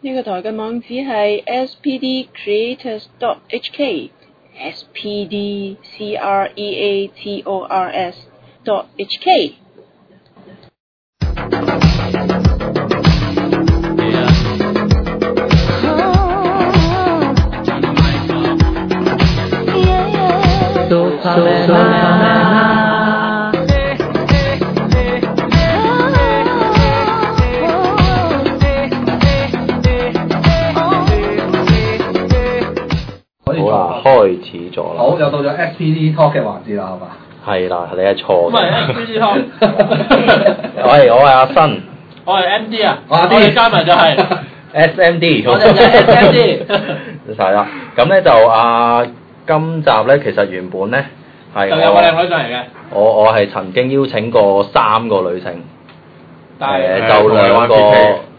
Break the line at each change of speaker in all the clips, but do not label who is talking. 呢個台嘅網址係 spdcreators.hk s p d c r e a t o r s dot h k。
可以
好
做
啦，
啦。
開始咗
好，
啦，
又到咗 SPD talk 嘅環節啦，係嘛？
係啦，你係錯
唔係哎 M
嘅。
D 湯，
我係我係阿新
我係 M D 啊，
我
我
係 MD
哋加埋就係
S M D，
我哋就係 SMD
係啦，咁咧就啊，今集咧其實原本咧係
就有個靚
我
女上嚟嘅，
我我係曾經邀請過三個女性，
但
誒
係
就兩個
同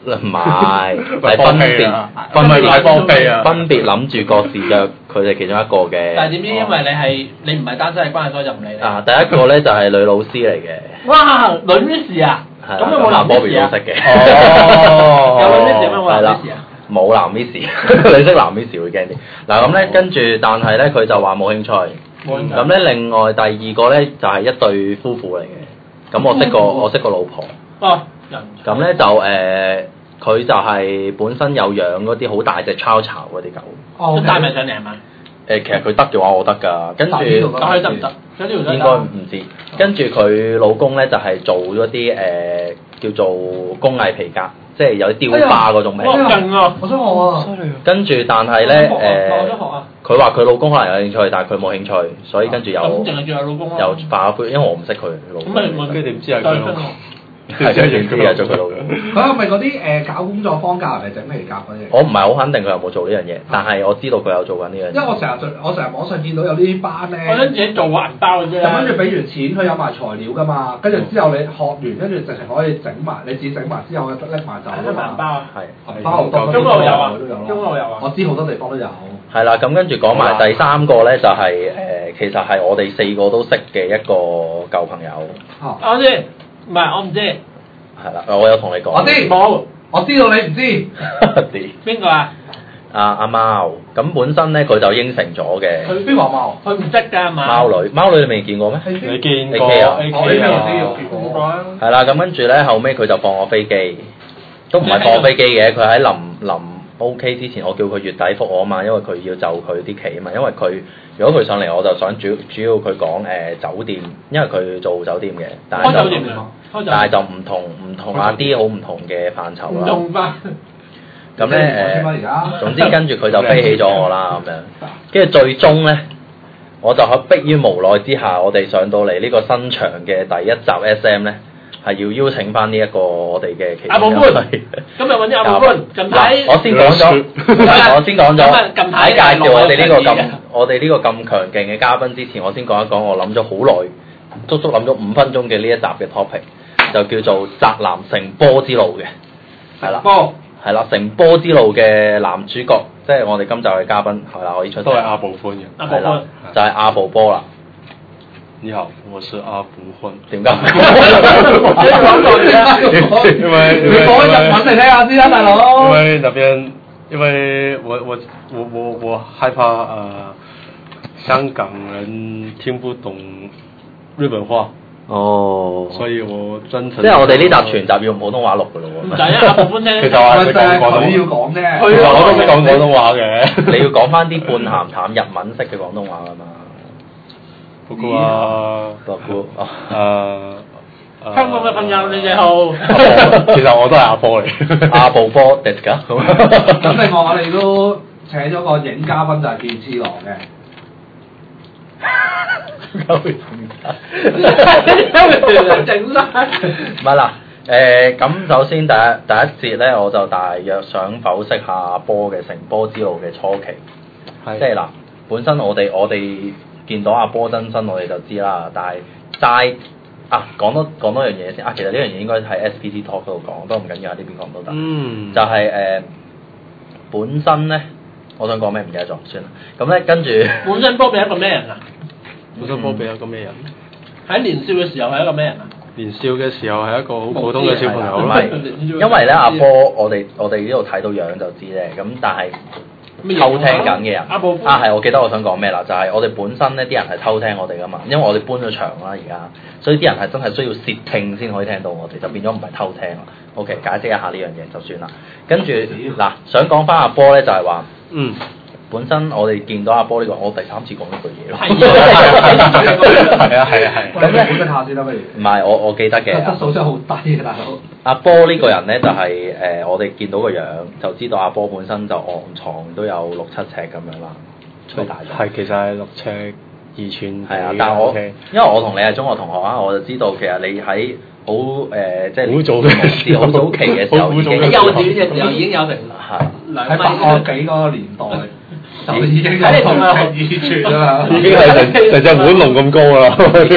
你玩，
唔係係分別
分咪大波飛啊！
分別諗住各自約佢哋其中一個嘅。
但係點知因為你係你唔係單身嘅關係，所以就唔理你。
啊，第一個咧就係女老師嚟嘅。
哇，女 miss 啊，
係
咁有冇男
Bobby
miss
都
啊？
識嘅。
哦有女 miss 有冇
係
男
啦
miss 啊？
冇男 miss，你 識男 miss 會驚啲。嗱咁咧，跟住但係咧，佢就話冇興趣。
冇興趣
咁咧，另外第二個咧就係一對夫婦嚟嘅。咁我識個
嗯
我識個老婆。
哦，人
咁咧就誒，佢就係本身有養嗰啲好大隻 chow chow 嗰啲狗。
哦
咁帶埋上嚟係嘛？
誒，其實佢得嘅話，我得㗎。跟
但呢度
住
咁佢得唔得？咁呢條
應該唔知。跟住佢老公咧就係做咗啲誒叫做工藝皮革，即係有啲雕花嗰種皮
哇，
革。
勁啊！
哎我想我
Ờ.
啊，
跟住
我
但係
想學
咧
啊我想學啊
誒，佢話佢老公可能有興趣，但係佢冇興趣，所以跟住又
咁淨係叫佢老公咯。
又化咗杯，因為我唔識佢老
咁
公。
咪問
佢哋唔知係佢老
係點知啊？做
公
佢老公。
佢係咪嗰啲誒搞工作坊教人哋整皮夾嗰啲？
我唔係好肯定佢有冇做呢樣
啊
嘢，但係我知道佢有做緊呢樣
因為我
嘢。
成日最我成日網上見到有呢啲班
我想自
咧，
己做個銀包嘅
咁跟住
啫。
俾完錢佢有埋材料噶嘛，跟住之後你學完，跟住直情可以整埋，你自己整埋之後拎埋走
係
㗎
咪銀包
嘛。
啊？
係
銀包好多
中國有啊
我都有啦
中國有啊
我知好多地方都有。
係啦，咁跟住講埋
好啦
第三個咧，就係誒，其實係我哋四個都識嘅一個舊朋友，
啊，
我知，唔係我唔知，
係啦，我有同你講。
我知
冇
我知道你唔知。
啲
邊個啊？
阿阿貓，咁本身咧佢就應承咗嘅。
佢
邊個貓？
佢唔識㗎係嘛？
貓女，貓女你未見過咩？
你
你見
你
過
咩啊
A
我呢
K
邊我
啊
知？
見過啊
係啦，咁跟住咧後尾佢就放我飛機，都唔係放我飛機嘅，佢喺臨臨 OK 之前，我叫佢月底覆我啊嘛，因為佢要就佢啲期啊嘛，因為佢如果佢上嚟，我就想主主要佢講誒酒店，因為佢做酒店嘅，但
開
係
酒
就
店啊，開酒店
但係就唔同唔同阿 D 好唔同嘅範疇
唔
啦。
用法，
咁咧
我知啦
誒，總之跟住佢就飛起咗我啦咁樣，跟住最終咧，我就喺迫於無奈之下，我哋上到嚟呢個新場嘅第一集 SM 咧，係要邀請翻呢一個我哋嘅其
阿寶
中一
官
位。
今日揾啲阿寶官，近排
嗱我先講咗，嗱我先講
咁啊
咗
近
喺
排
介紹我哋呢個
內
咁
地嘅
我哋呢個咁強勁嘅嘉賓之前，我先講一講我諗咗好耐，足足諗咗五分鐘嘅呢一集嘅 topic，就叫做宅男成波之路嘅，係啦。
波
係啦，《成波之路》嘅男主角，即係我哋今集嘅嘉賓，係啦，我已出聲
都係阿布歡嘅。
阿
係
寶
啦
官，，
就係阿布波啦。
你好，我是阿布歡。
點解？
因為
你講日文嚟聽下先啦，大佬
因。為那邊，因為我我我我我害怕呃，香港人聽不懂日本話，
哦，
所以我真誠。
即係我哋呢集全集要用普通話錄㗎咯
唔
喎。
使啊，阿寶官聽
其實我係
咪
識
就係
講廣啊
佢要
東話，
講啫。
其
佢
實我都識講廣東話嘅。
你要講翻啲半鹹淡日文式嘅廣東話㗎嘛？
不過啊，
落估哦
呃呃
香港嘅朋友你哋好，
其實我都係阿波嚟。
阿布波迪㗎。
咁另外我哋都請咗個影嘉賓就係劍之郎嘅，
整晒。
唔係啦，誒咁首先第一第一節咧，我就大約想剖析下阿波嘅成波之路嘅初期，即係嗱，本身我哋我哋見到阿波真身，我哋就知啦，但係齋啊講多講多樣嘢先啊，其實呢樣嘢應該喺 SPT Talk 嗰度講，都唔緊要，喺呢邊講都得，
嗯，
就係、誒、本身咧，我想講咩唔記得咗，算啦，咁咧跟住
本 à? 身波比係一個咩人啊？
嗯本身波比有個咩人？
喺年少嘅時候係一個咩人啊？
年少嘅時候係一個好普通嘅小朋友
唔
咯
係，，因為咧阿波，我哋我哋呢度睇到樣就知咧，咁啊但係偷聽緊嘅人
阿布夫
啊，係我記得我想講咩啦，就係、我哋本身咧啲人係偷聽我哋噶嘛，因為我哋搬咗場啦而家，所以啲人係真係需要竊聽先可以聽到我哋，就變咗唔係偷聽啦。OK，解釋一下呢樣嘢就算啦。跟住嗱，想講翻阿波咧，就係話
嗯，
本身我哋見到阿波呢、個，我第三次講呢句嘢咯。
係啊
係啊係啊係啊，啊
咁你估一下先啦，不如。
唔係，我我記得嘅。
質素真係好低嘅啊大佬。
阿波呢個人呢，就係、誒、我哋見到個樣就知道阿波本身就昂藏都有六七尺咁樣啦，吹大咗。
係其實係六尺二寸幾
係啊，但係我
OK
因為我同你係中學同學啊，我就知道其實你喺好誒，即係
好早嘅時候
好早期嘅時候已經
好
喺
早
幼
嘅
稚園嘅時候已經有成
係
兩
喺
米
八
呢
我
度
幾嗰個年 代就已經有傳啦
已經係成 成隻碗籠咁高啦，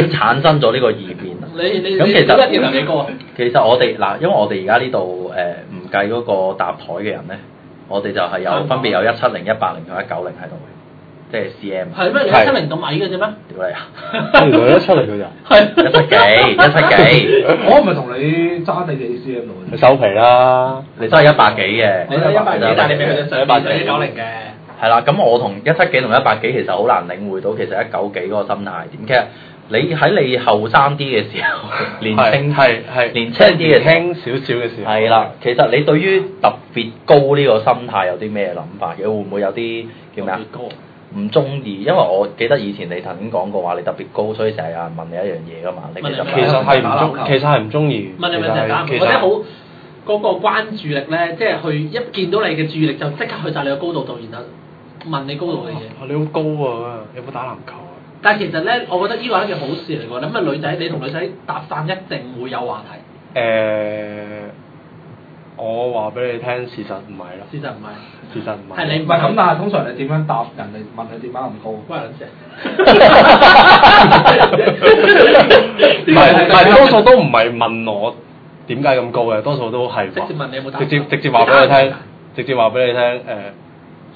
產生咗呢個異變啊。
你你
咁
你
其實
你一條有幾高啊？
其實我哋嗱，因為我哋而家呢度誒唔計嗰個搭台嘅人呢，我哋就係
啊
有分別有一七零、一八零同一九零喺度嘅，即係 CM。
係咩？你一七零咁矮嘅啫咩？
屌你啊！
原 來一出嚟佢
係
就
一七 幾，一七幾。
我唔係同你爭你幾 cm 喎。
收皮啦，
你真係一百幾嘅，
你都一百幾，但係你比佢上
一百幾
一九零嘅。
係啦。咁我同一七幾同一百幾其實好難領會到其實一九幾嗰個心態點。其實你喺你後生啲嘅時候，年青
係係
年青啲嘅時候
輕少少嘅時候，
係啦。其實你對於特別高呢個心態有啲咩諗法嘅？會唔會有啲叫咩啊？唔中意，因為我記得以前你曾經講過話你特別高，所以成日有人問你一樣嘢噶嘛。你其實
其實係唔中，其實係唔中意，
問你問題打，
其
或
實
者好
係
嗰個關注力咧，即係去一見到你嘅注意力就即刻去晒你個高度度，然後問你高度嘅嘢。
哇你好高啊！有冇打籃球啊？
但係其實咧，我覺得呢個係一件好事嚟喎。咁啊，女仔你同女仔搭訕一定會有話題，
誒、呃我話俾你聽，事實唔係啦，
事實唔係。
事實唔係。
係你
唔係咁，但係通常你點樣答人哋問你點解咁高？
關人事。
唔係唔係，多數都唔係問我點解咁高嘅，多數都係話
直接問你有冇打
直接直接話俾你聽，直接話俾你聽誒、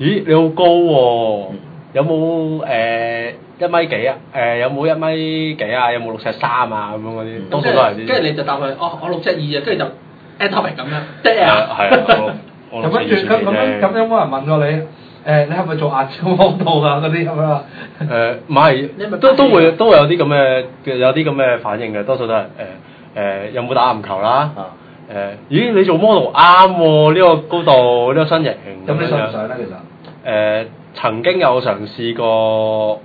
咦你好高喎、有冇誒、一米幾啊？誒、有冇一米幾啊？有冇六尺三啊？咁樣嗰啲，多數都係呢啲。
跟住你就答佢，哦，我六尺二啊，跟住就 end topic 咁樣，即
係啊係啊，
係
我我
咁跟住咁咁樣咁有冇人問過你？誒，你係咪做壓超網度啊？嗰啲咁啊？
誒呃唔
你咪
係，
打
都
機
都會都會有啲咁嘅嘅有啲咁嘅反應嘅，多數都係誒誒有冇打籃球啦？誒、
啊
咦你做 model 啱喎，呢、個高度呢、個身形
咁你
樣
想唔想咧？其實
誒、曾經有嘗試過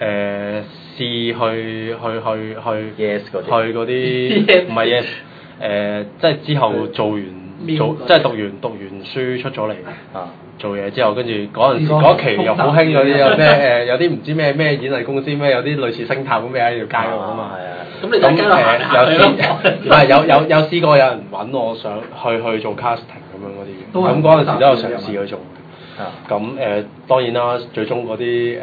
誒、試去去去去
Yes 嗰啲
去嗰啲唔係 yes 誒、即係之後做完
瞄
做
嗰啲
即係讀完讀完書出咗嚟。
啊！
做嘢之後，跟住嗰陣時
試過
嗰期又好興嗰啲啊有咩誒， 有啲唔知咩咩演藝公司咩，有啲類似星探咁嘅喺條街度啊嘛。
係啊，
咁你
咁
就
誒
跟行行去
有
咯
試，唔 係有有有試過有人揾我想去去做 casting 咁樣
都
嗰啲
係
嘅，咁嗰陣時都有
啊
嘗試去做。
係啊。
咁誒當然啦，最終嗰啲誒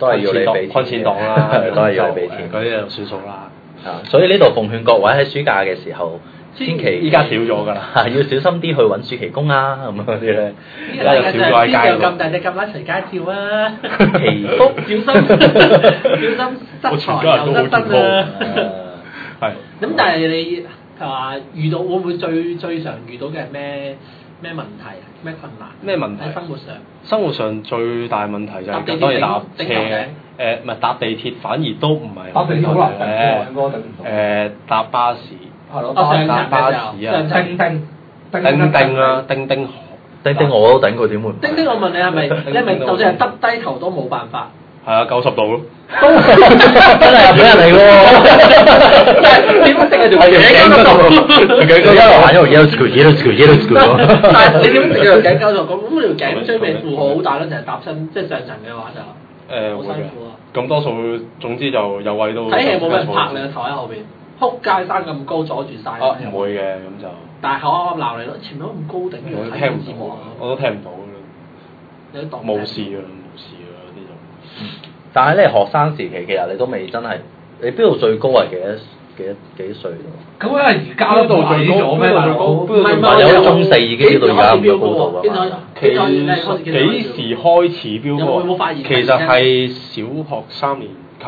都係要你俾錢嘅，
坤錢黨啦
都係要你俾錢
嗰啲就算數啦。
啊，所以呢度奉勸各位喺暑假嘅時候，千祈
依家少咗㗎啦，
係要小心啲去揾暑期工啊，咁嗰啲咧。
啲人就係邊有咁大隻蛤乸隨街跳啊！
祈
都
福
小心， 小心
我
失
全
財
家人都
又
好
失身啊！
誒
係
咁但係你係話遇到會唔會最最常遇到嘅係咩咩問題啊？咩困難？
咩問題
喺生活上
生活上最大問題就
搭地鐵
係當然搭車
頂頭頂
誒，唔係搭地鐵反而都唔係
搭地鐵好難頂喎，應該
誒
頂唔到。
誒搭巴士，
係咯，
哦上
巴
層
搭
士、
巴士啊
上層
叮叮、
叮叮啦，叮叮
叮叮我都頂佢點會唔
叮叮，我問你 係咪
叮叮
你係咪就算係耷低頭都冇辦法？
係啊九十度咯，
真係日本人嚟喎！
點解定係條頸
嗰
嗰
度
度？
佢一路行一路 yellow school yellow school yellow school
但係你點條頸交咗咁？咁條頸椎尾負荷好大咯，成日搭
嗯
身即係上層嘅話就
誒
好
會
辛
嘅
苦啊。
咁多數總之就有位都
睇戲冇人拍你啊個頭喺後邊，撲街山咁高阻住晒。
啊唔會嘅咁就
但係口啱啱鬧你咯，前面都咁高頂
我
住
都
睇
聽唔
字幕
到
啊，，
我都聽唔到啦，
有啲當
冇事㗎啦，冇事㗎啦嗰啲就。
但係咧學生時期其實你都未真係，你邊度最高係幾多幾多幾歲到？
咁
啊
因為而家都到最高咩大佬？
唔係唔
我
係，
有中四已經知道而家咁嘅高度㗎
邊
嘛
度
其
邊度你
實
開
幾
始
時開始標
有冇有冇發
高？
現
其實係小學三年級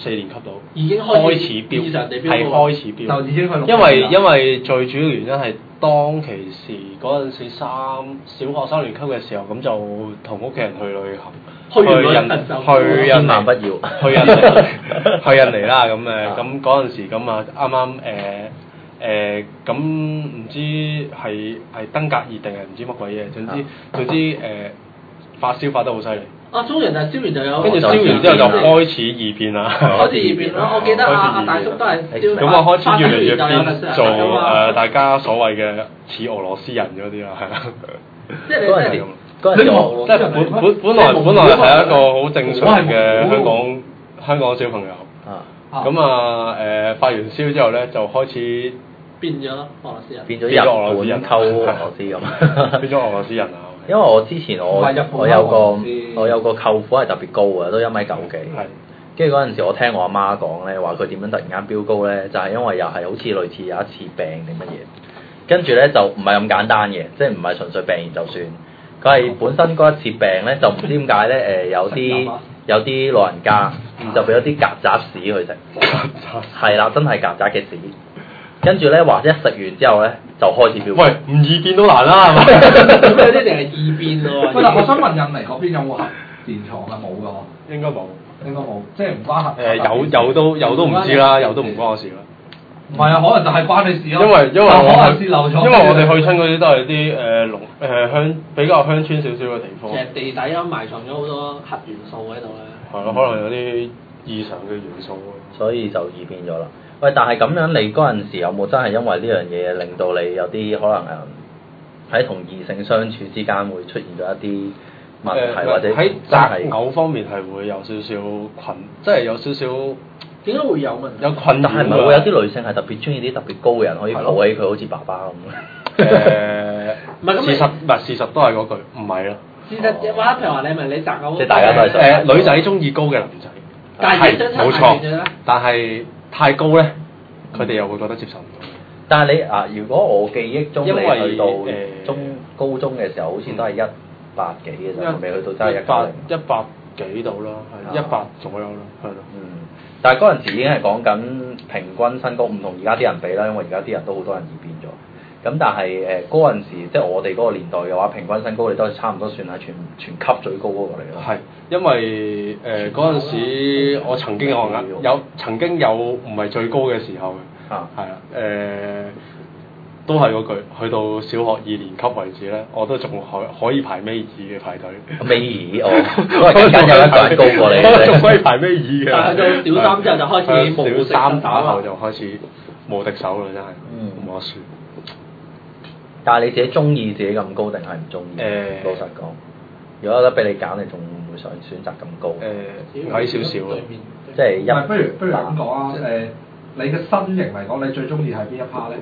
四年級到
已經開
開
始
始
異常地
飆，
飆
係
高
開始飆。
就已經去六
因為因
為
為最主要原因係當其時嗰陣時三小學三年級嘅時候，咁就同屋企人去旅行，
去完旅行
印
就
去印
千萬
尼
不要
去印尼去印尼啦咁誒，
啊
咁嗰陣時咁啊啱啱誒誒咁唔知係係登革熱定係唔知乜鬼嘢，總之
啊
總之誒發燒發得好犀利，
啊，中人就係燒完就有，
跟住
就
燒完之後就
燒完
開始異變啦。
哦開始異變啦。我記得阿阿大叔都係燒
咁我開始越嚟越
發燒完就有特色
變
啊
做
咁
誒、
啊
呃大家所謂嘅似俄羅斯人嗰啲啦，係啊，
即係你
嗰陣
即
時
係
嗰陣
你
時
望
我
即係本
啊
本本來本來係一個好正常嘅香港香港小朋友，
啊
咁啊誒發完燒之後咧就開始
變咗俄羅斯人。
變咗日本溝俄羅斯咁。
變咗俄羅斯人啊，
因為我之前我
唔係日本
我有
俄羅斯
個我有個舅父係特別高嘅，都一米九幾。
係
跟住嗰陣時，我聽我阿媽講咧，話佢點樣突然間飆高咧，就係、因為又係好似類似有一次病定乜嘢，跟住咧就唔係咁簡單嘅，即係唔係純粹病完就算。佢係本身嗰一次病咧，就唔知點解咧誒有啲有啲老人家就俾咗啲曱甴屎佢食，係啦，真係曱甴嘅屎。跟住咧話一食完之後咧，就開始飆高。
喂唔易變都難啦， 係
咁佢呢定係異變 喎。
喂，嗱，我想問印尼嗰邊有冇核電廠啊？冇㗎，
咪？應該冇
應該冇，即係唔關
誒、
核。
有有都有都唔知啦，有都唔關我事啦。
唔係啊，可能就係關你事
因
咯。
為因為
但
我
可能
去
泄漏咗。
因為我哋去親嗰啲都係啲誒農誒鄉比較鄉村少少嘅地
其
方，
實地底咁埋藏咗好多核元素喺度咧。
係咯，可能有啲異常嘅元素啊咯。
所以就易變咗啦。喂，但係咁樣你嗰陣時有冇真係因為呢樣嘢令到你有啲可能誒喺同異性相處之間會出現咗一啲問題，
誒
或者
呃喺
真
擇
係
偶方面係會有少少困，即係有少少有
點解會有問題？
困擾
但係咪
㗎
會有啲女性係特別中意啲特別高嘅人，可以抱起佢好似爸爸咁？
誒？
唔係咁你
事實唔係事實都係嗰句，唔係咯。
事實話，譬如話你咪你擇偶，
即係大家都係想
誒女仔中意高嘅男仔，
但係
係
你想太
冇
平嘅
錯
咧，
但係太高咧，佢哋又會覺得接受唔到。
但係你啊，如果我記憶中你
因為呃
去到
誒
中高中嘅時候，好似都係一百幾嘅啫，未去到真係一九
百
零。
一百幾度啦，係一
啊
百左右啦，係咯。
嗯，但係嗰陣時已經係講緊平均身高，唔同而家啲人比啦，因為而家啲人都好多人易變咗。咁但係誒嗰陣時，即係我哋嗰個年代嘅話，平均身高你都係差唔多算係全全級最高嗰個嚟咯。
係，因為誒嗰陣時，我曾經有眼有曾經有唔係最高嘅時候嘅，
啊
係啦，誒、都係嗰句，去到小學二年級為止咧，我都仲可可以排尾二嘅排隊。
尾二哦，因為間有一個人高過你
我仲可以
嘅。
排尾二嘅。
但係去到小三之後就開始無敵手
係啊小三打
啦
後就開始無敵手啦，真係
嗯
冇得輸。
但係你自己中意自己咁高定係唔中意？
誒
老實講，如果有得俾你揀，你仲會唔會想選擇咁高？
誒呃矮少啊少
對
咯，
面
即係
唔
一
係，不如不如咁講
嗱
啊！誒，你嘅身形嚟講，你最中意係邊一 part 咧？
誒、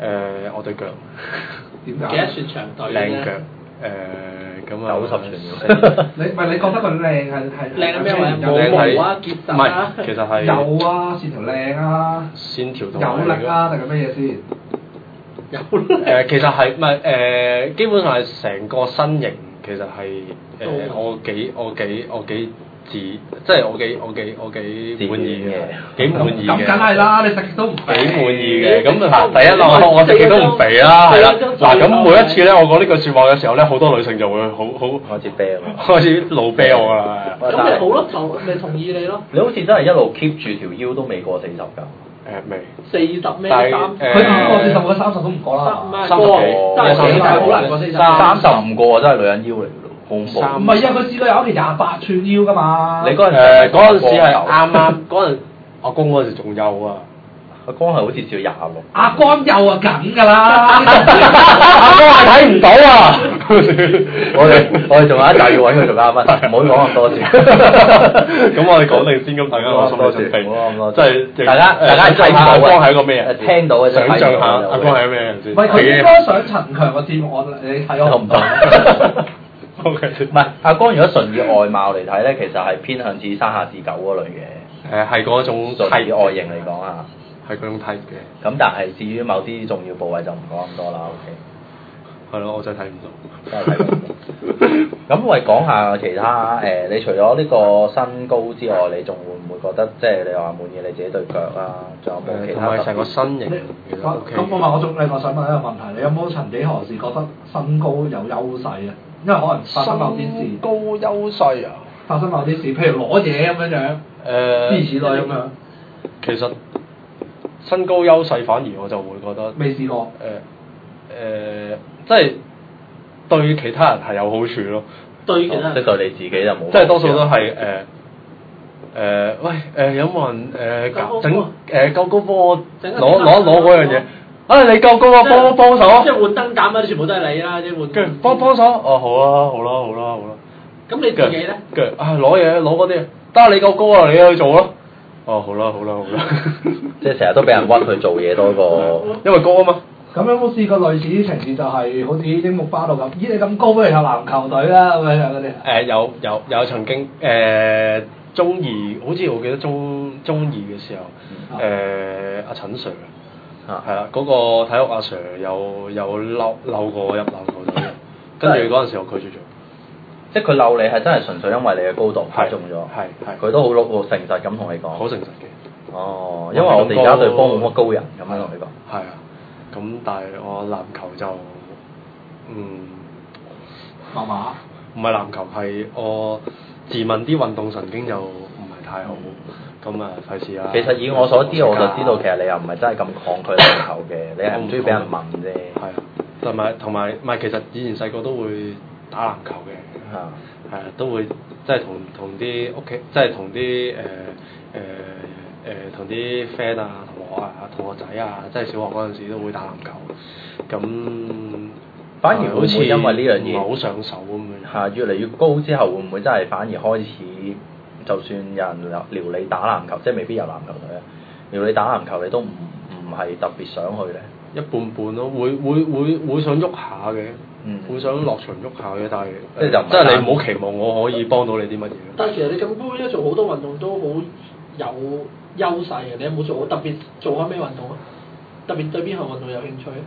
呃我對腳。
點
幾多啊
解？啊
寸長隊咧
靚腳，誒咁啊，
九十寸嘅。
你唔係你覺得佢靚係係
靚喺咩位啊
有
靚係
毛啊結實啊
唔係，其實係
有啊，線條靚啊，
線條同埋
有力啊，定係咩嘢先？
有啦
誒，其實係唔係誒？基本上係成個身形，其實係誒
都
我幾我幾我幾自，即係我幾我幾我幾滿意嘅，幾滿意
咁
嘅。
梗係啦，你食極都唔
幾
肥
滿 意嘅，咁嗱第一啦，我我
四
食
個鐘
極都唔肥啦，係啦
啊四個鐘，
嗱咁每一次咧，我講呢句説話嘅時候咧，好多女性就會好好
開始啤我。
開始怒啤我 啦，
喂
咁
但係
咪好咯，同咪同意你咯，
你好似真係一路 keep 住條腰都未過四十㗎。
誒未。
四十咩
但係
三
誒
佢唔過四十，我三十都唔過啦。
唔
係嘛
係
三十
三十幾，
幾三十幾
但係好難過四十。
三十唔過啊，真係女人腰嚟㗎咯，好恐怖。
三
唔係啊，佢試過有一條廿八寸腰噶嘛。
你
誒
嗰陣
嗰陣時係啱啱嗰陣，阿公嗰陣時仲幼啊，
阿光係好似照廿六。
阿光有啊，梗㗎 啦。
阿公係睇唔到啊！
我哋我哋仲有一集要揾佢做嘉賓，唔好講咁多次。
咁我哋講定先，咁大家有心理準備
唔好講咁多
即係
大家
誒
大家
想
睇唔
象下
到
阿
嘅
光係一個咩人？
誒聽到嘅啫
想象下
睇唔到嘅啊
阿光係一個咩人啊先？
唔係佢應該上陳強個節目，我你睇我
我
唔
唔
到
到。。
O K，
唔係阿光，如果純以外貌嚟睇咧，其實係偏向似山下智久嗰類嘅，
誒係嗰種
純以
type
外形嚟講啊。
係嗰種 type 嘅。
咁但係至於某啲重要部位就唔講咁多啦，OK。
係咯，我真係睇唔
真係睇唔
到。
咁喂，講下其他誒、你除咗呢個身高之外，你仲會唔會覺得即係你話滿意你自己對腳啊？仲有冇其
誒同
他
埋
特
成個
別？
身
你
形其實 OK
咁我啊問我仲另外想問一個問題，你有冇曾幾何時覺得身高有優勢啊？因為可能發生某啲事
身，高優勢啊！
發生某啲事，譬如攞嘢咁樣樣，諸如
誒，
此類咁樣，
其實身高優勢反而我就會覺得
未試過。
誒誒，呃即係對其他人係有好處咯。
對其他
即
人
係對你自己就
啊
冇。
即係多數都係誒誒，喂誒、有冇人誒呃
夠高
搞
幫
整
我
誒夠高幫我
整
攞
個
攞攞嗰樣嘢？啊，你夠高啊，幫我幫手啊
即！係換燈膽嗰啲全部都係你啊啦，即係換。
跟住幫幫手，哦好啊，好啦，好啦，好啦。
咁你自己咧？
跟住啊攞嘢攞嗰啲，得啊你夠高啊，你去做咯。哦好啦，好啦，好 啦。
即係成日都俾人屈去做嘢多過。
因為高啊嘛，
咁有冇試過類似啲情節，就係好似櫻木花道咁？咦，你咁高，不如入籃球隊啦咁樣樣嗰啲。
誒、有有有曾經誒中二，好似我記得中中二嘅時候，誒、阿陳 Sir 啊。
嗯啊
係啦，嗰、個體育阿 Sir 有有嬲嬲過我入籃球隊嘅，跟住嗰陣時我拒絕咗，
即係佢嬲你係真係純粹因為你嘅高度
係
中咗，
係係
佢都好老好誠實咁同你
好
講。
誠實嘅。
哦，因為我哋而家對方冇乜高人咁樣同你講。
係啊，咁但係我籃球就嗯
麻麻。
唔係籃球係我自問啲運動神經就唔係太好，咁啊費事啦。
其實以我所知，我就知道其實你又唔係真係咁 抗拒籃球嘅，你係唔中意俾人問啫。
係啊，同埋同埋唔係，其實以前細個都會打籃球嘅，
啊
係啊，都會即係同同啲屋企，即係同啲誒誒誒同啲 friend 啊、同學啊、同學仔啊，即係小學嗰陣時都會打籃球，咁啊
反而會唔
好
會
似
因為呢樣嘢
唔係好上手咁樣。
嚇越嚟越高之後，會唔會真係反而開始，就算有人撩撩你打籃球，即係未必有籃球隊啊，撩你打籃球你都唔唔係特別想去咧。
一半半咯，會會會會想喐下嘅，
嗯
會想落場喐下嘅，但係
即係就唔係
即係你
單
唔好期望我可以幫到你啲乜嘢。
但係其實你咁高咧，做好多運動都好有優勢嘅。你有冇做好特別做開咩運動啊？特別對邊項運動有興趣啊？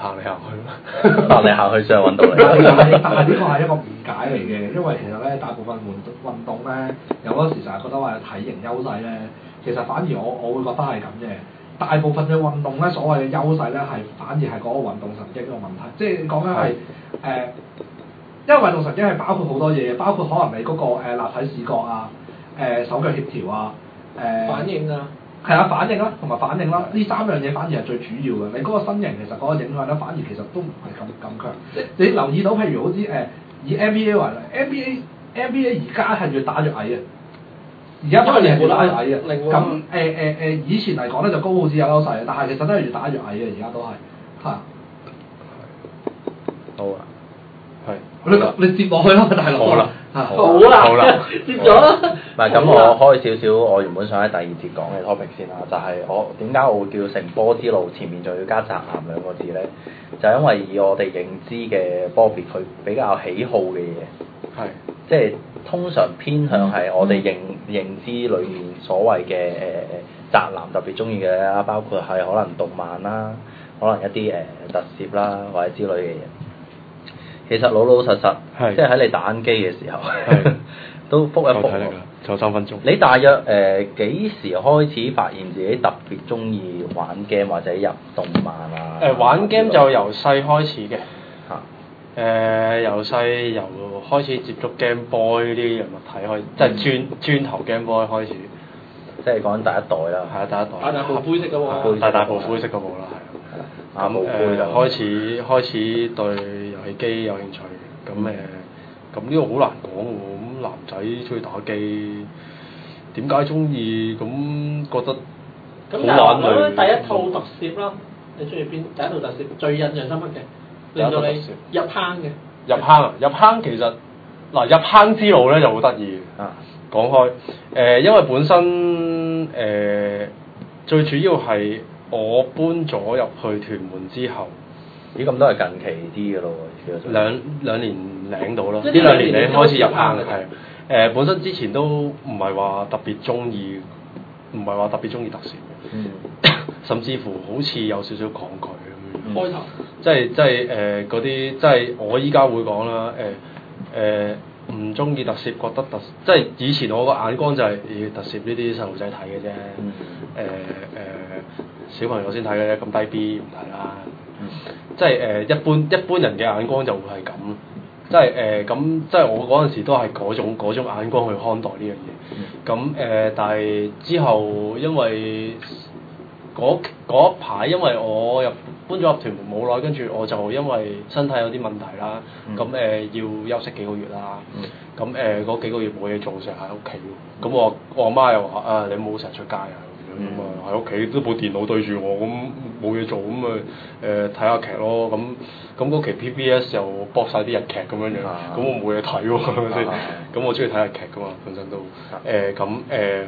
行嚟行去咯。
行嚟行去先揾到
但係 但係
你。
呢個係一個誤解嚟嘅，因為其實咧大部分運運動咧，有嗰時成日覺得話有體型優勢咧，其實反而我我會覺得係咁嘅。大部分嘅運動咧，所謂嘅優勢咧，係反而係嗰個運動神經嘅問題，即係講緊係誒，因為運動神經係包括好多嘢，包括可能你嗰、個、呃、立體視覺啊、誒、手腳協調啊、誒、
反應啊！
係啊，反應啦，同埋反應啦，呢三樣嘢反而係最主要嘅。你嗰個身形其實嗰個影響咧，反而其實都唔係咁咁強。你留意到，譬如好似誒、呃以 NBA 為例，NBA NBA 而家係越打越矮嘅，而家反而係越打越矮嘅。
靈活啦
咁誒誒誒，以前嚟講咧就高好似有優勢嘅，但係其實真係越打越矮嘅，而家都係嚇。
好啊，係。
你你接落去啦，大佬。
好啦啊
嚇
好
好
啦
啦，
接咗啦。
唔係咁，
好啦
我開少少我原本想喺第二節講嘅 topic 先啦，就係、我點解我會叫城波之路前面仲要加宅男兩個字咧？就因為以我哋認知嘅 Bobby 佢比較喜好嘅嘢，
係
即係通常偏向係我哋認認知裏面所謂嘅誒誒宅男特別中意嘅啦，包括係可能動漫啦，可能一啲誒、特攝啦或者之類嘅嘢。其實老老實實，
係
即係喺你打緊機嘅時候
係，
都覆一
夠
覆
體力
我
啦，仲有三分鐘。
你大約誒幾、時開始發現自己特別中意玩 game 或者入動漫啊？
誒玩 game 就由細開始嘅，
嚇
誒由細由開始接觸 Game Boy 呢啲人物體開，即係轉轉頭 Game Boy 開始，
即係講緊第一代啦。
係啊第一代。
大大部啊灰色嘅喎
係大大部灰色嗰部啦，係啊。
啊
咁
冇杯
誒
就
開始開始對遊戲機有興趣，咁誒咁呢個好難講喎。咁男仔中意打機，點解中意？咁覺得
咁但係我
好玩
諗
佢
第一套特攝啦，你中意邊？第一套特攝最印象深刻嘅，令到你入坑嘅。
入坑啊！入坑其實嗱入坑之路咧就好得意嘅。
啊
講開，誒、呃因為本身誒、呃最主要係我搬咗入去屯門之後，
咦咁都係近期啲嘅咯喎，叫做
兩兩年領到啦，
即
呢
係呢
兩
兩
年
年
你
你
開始入坑
開始入坑啊
係誒、本身之前都唔係話特別中意，唔係話特別中意特攝嘅，
嗯
甚至乎好似有少少抗拒咁樣。
嗯
開頭
即係即係誒嗰啲，即係我依家會講啦，誒誒唔中意特攝，覺得特即係以前我個眼光就係、咦特攝呢啲細路仔睇嘅啫，誒誒、
嗯
小朋友先睇嘅啫，咁低 B 唔睇啦，
嗯
即係誒、一般一般人嘅眼光就會係咁。即係誒咁，即係我嗰陣時都係嗰種嗰種眼光去看待呢樣嘢。咁誒、呃但係之後因為嗰嗰一排，因為我入搬咗入屯門冇耐，跟住我就因為身體有啲問題啦，
嗯
咁誒、呃要休息幾個月啦
嗯。
咁誒嗰幾個月冇嘢做，成日喺屋企喎。咁我我阿媽又話：啊，你冇成日出街啊！咁
嗯
樣咁啊喺屋企都部電腦對住我，咁冇嘢做，咁咪誒睇下劇咯。咁咁嗰期 PBS 又播晒啲日劇咁樣樣，
啊
咁我冇嘢睇喎，係咪先
啊？
咁我中意睇日劇噶嘛，本身都
啊
誒咁誒。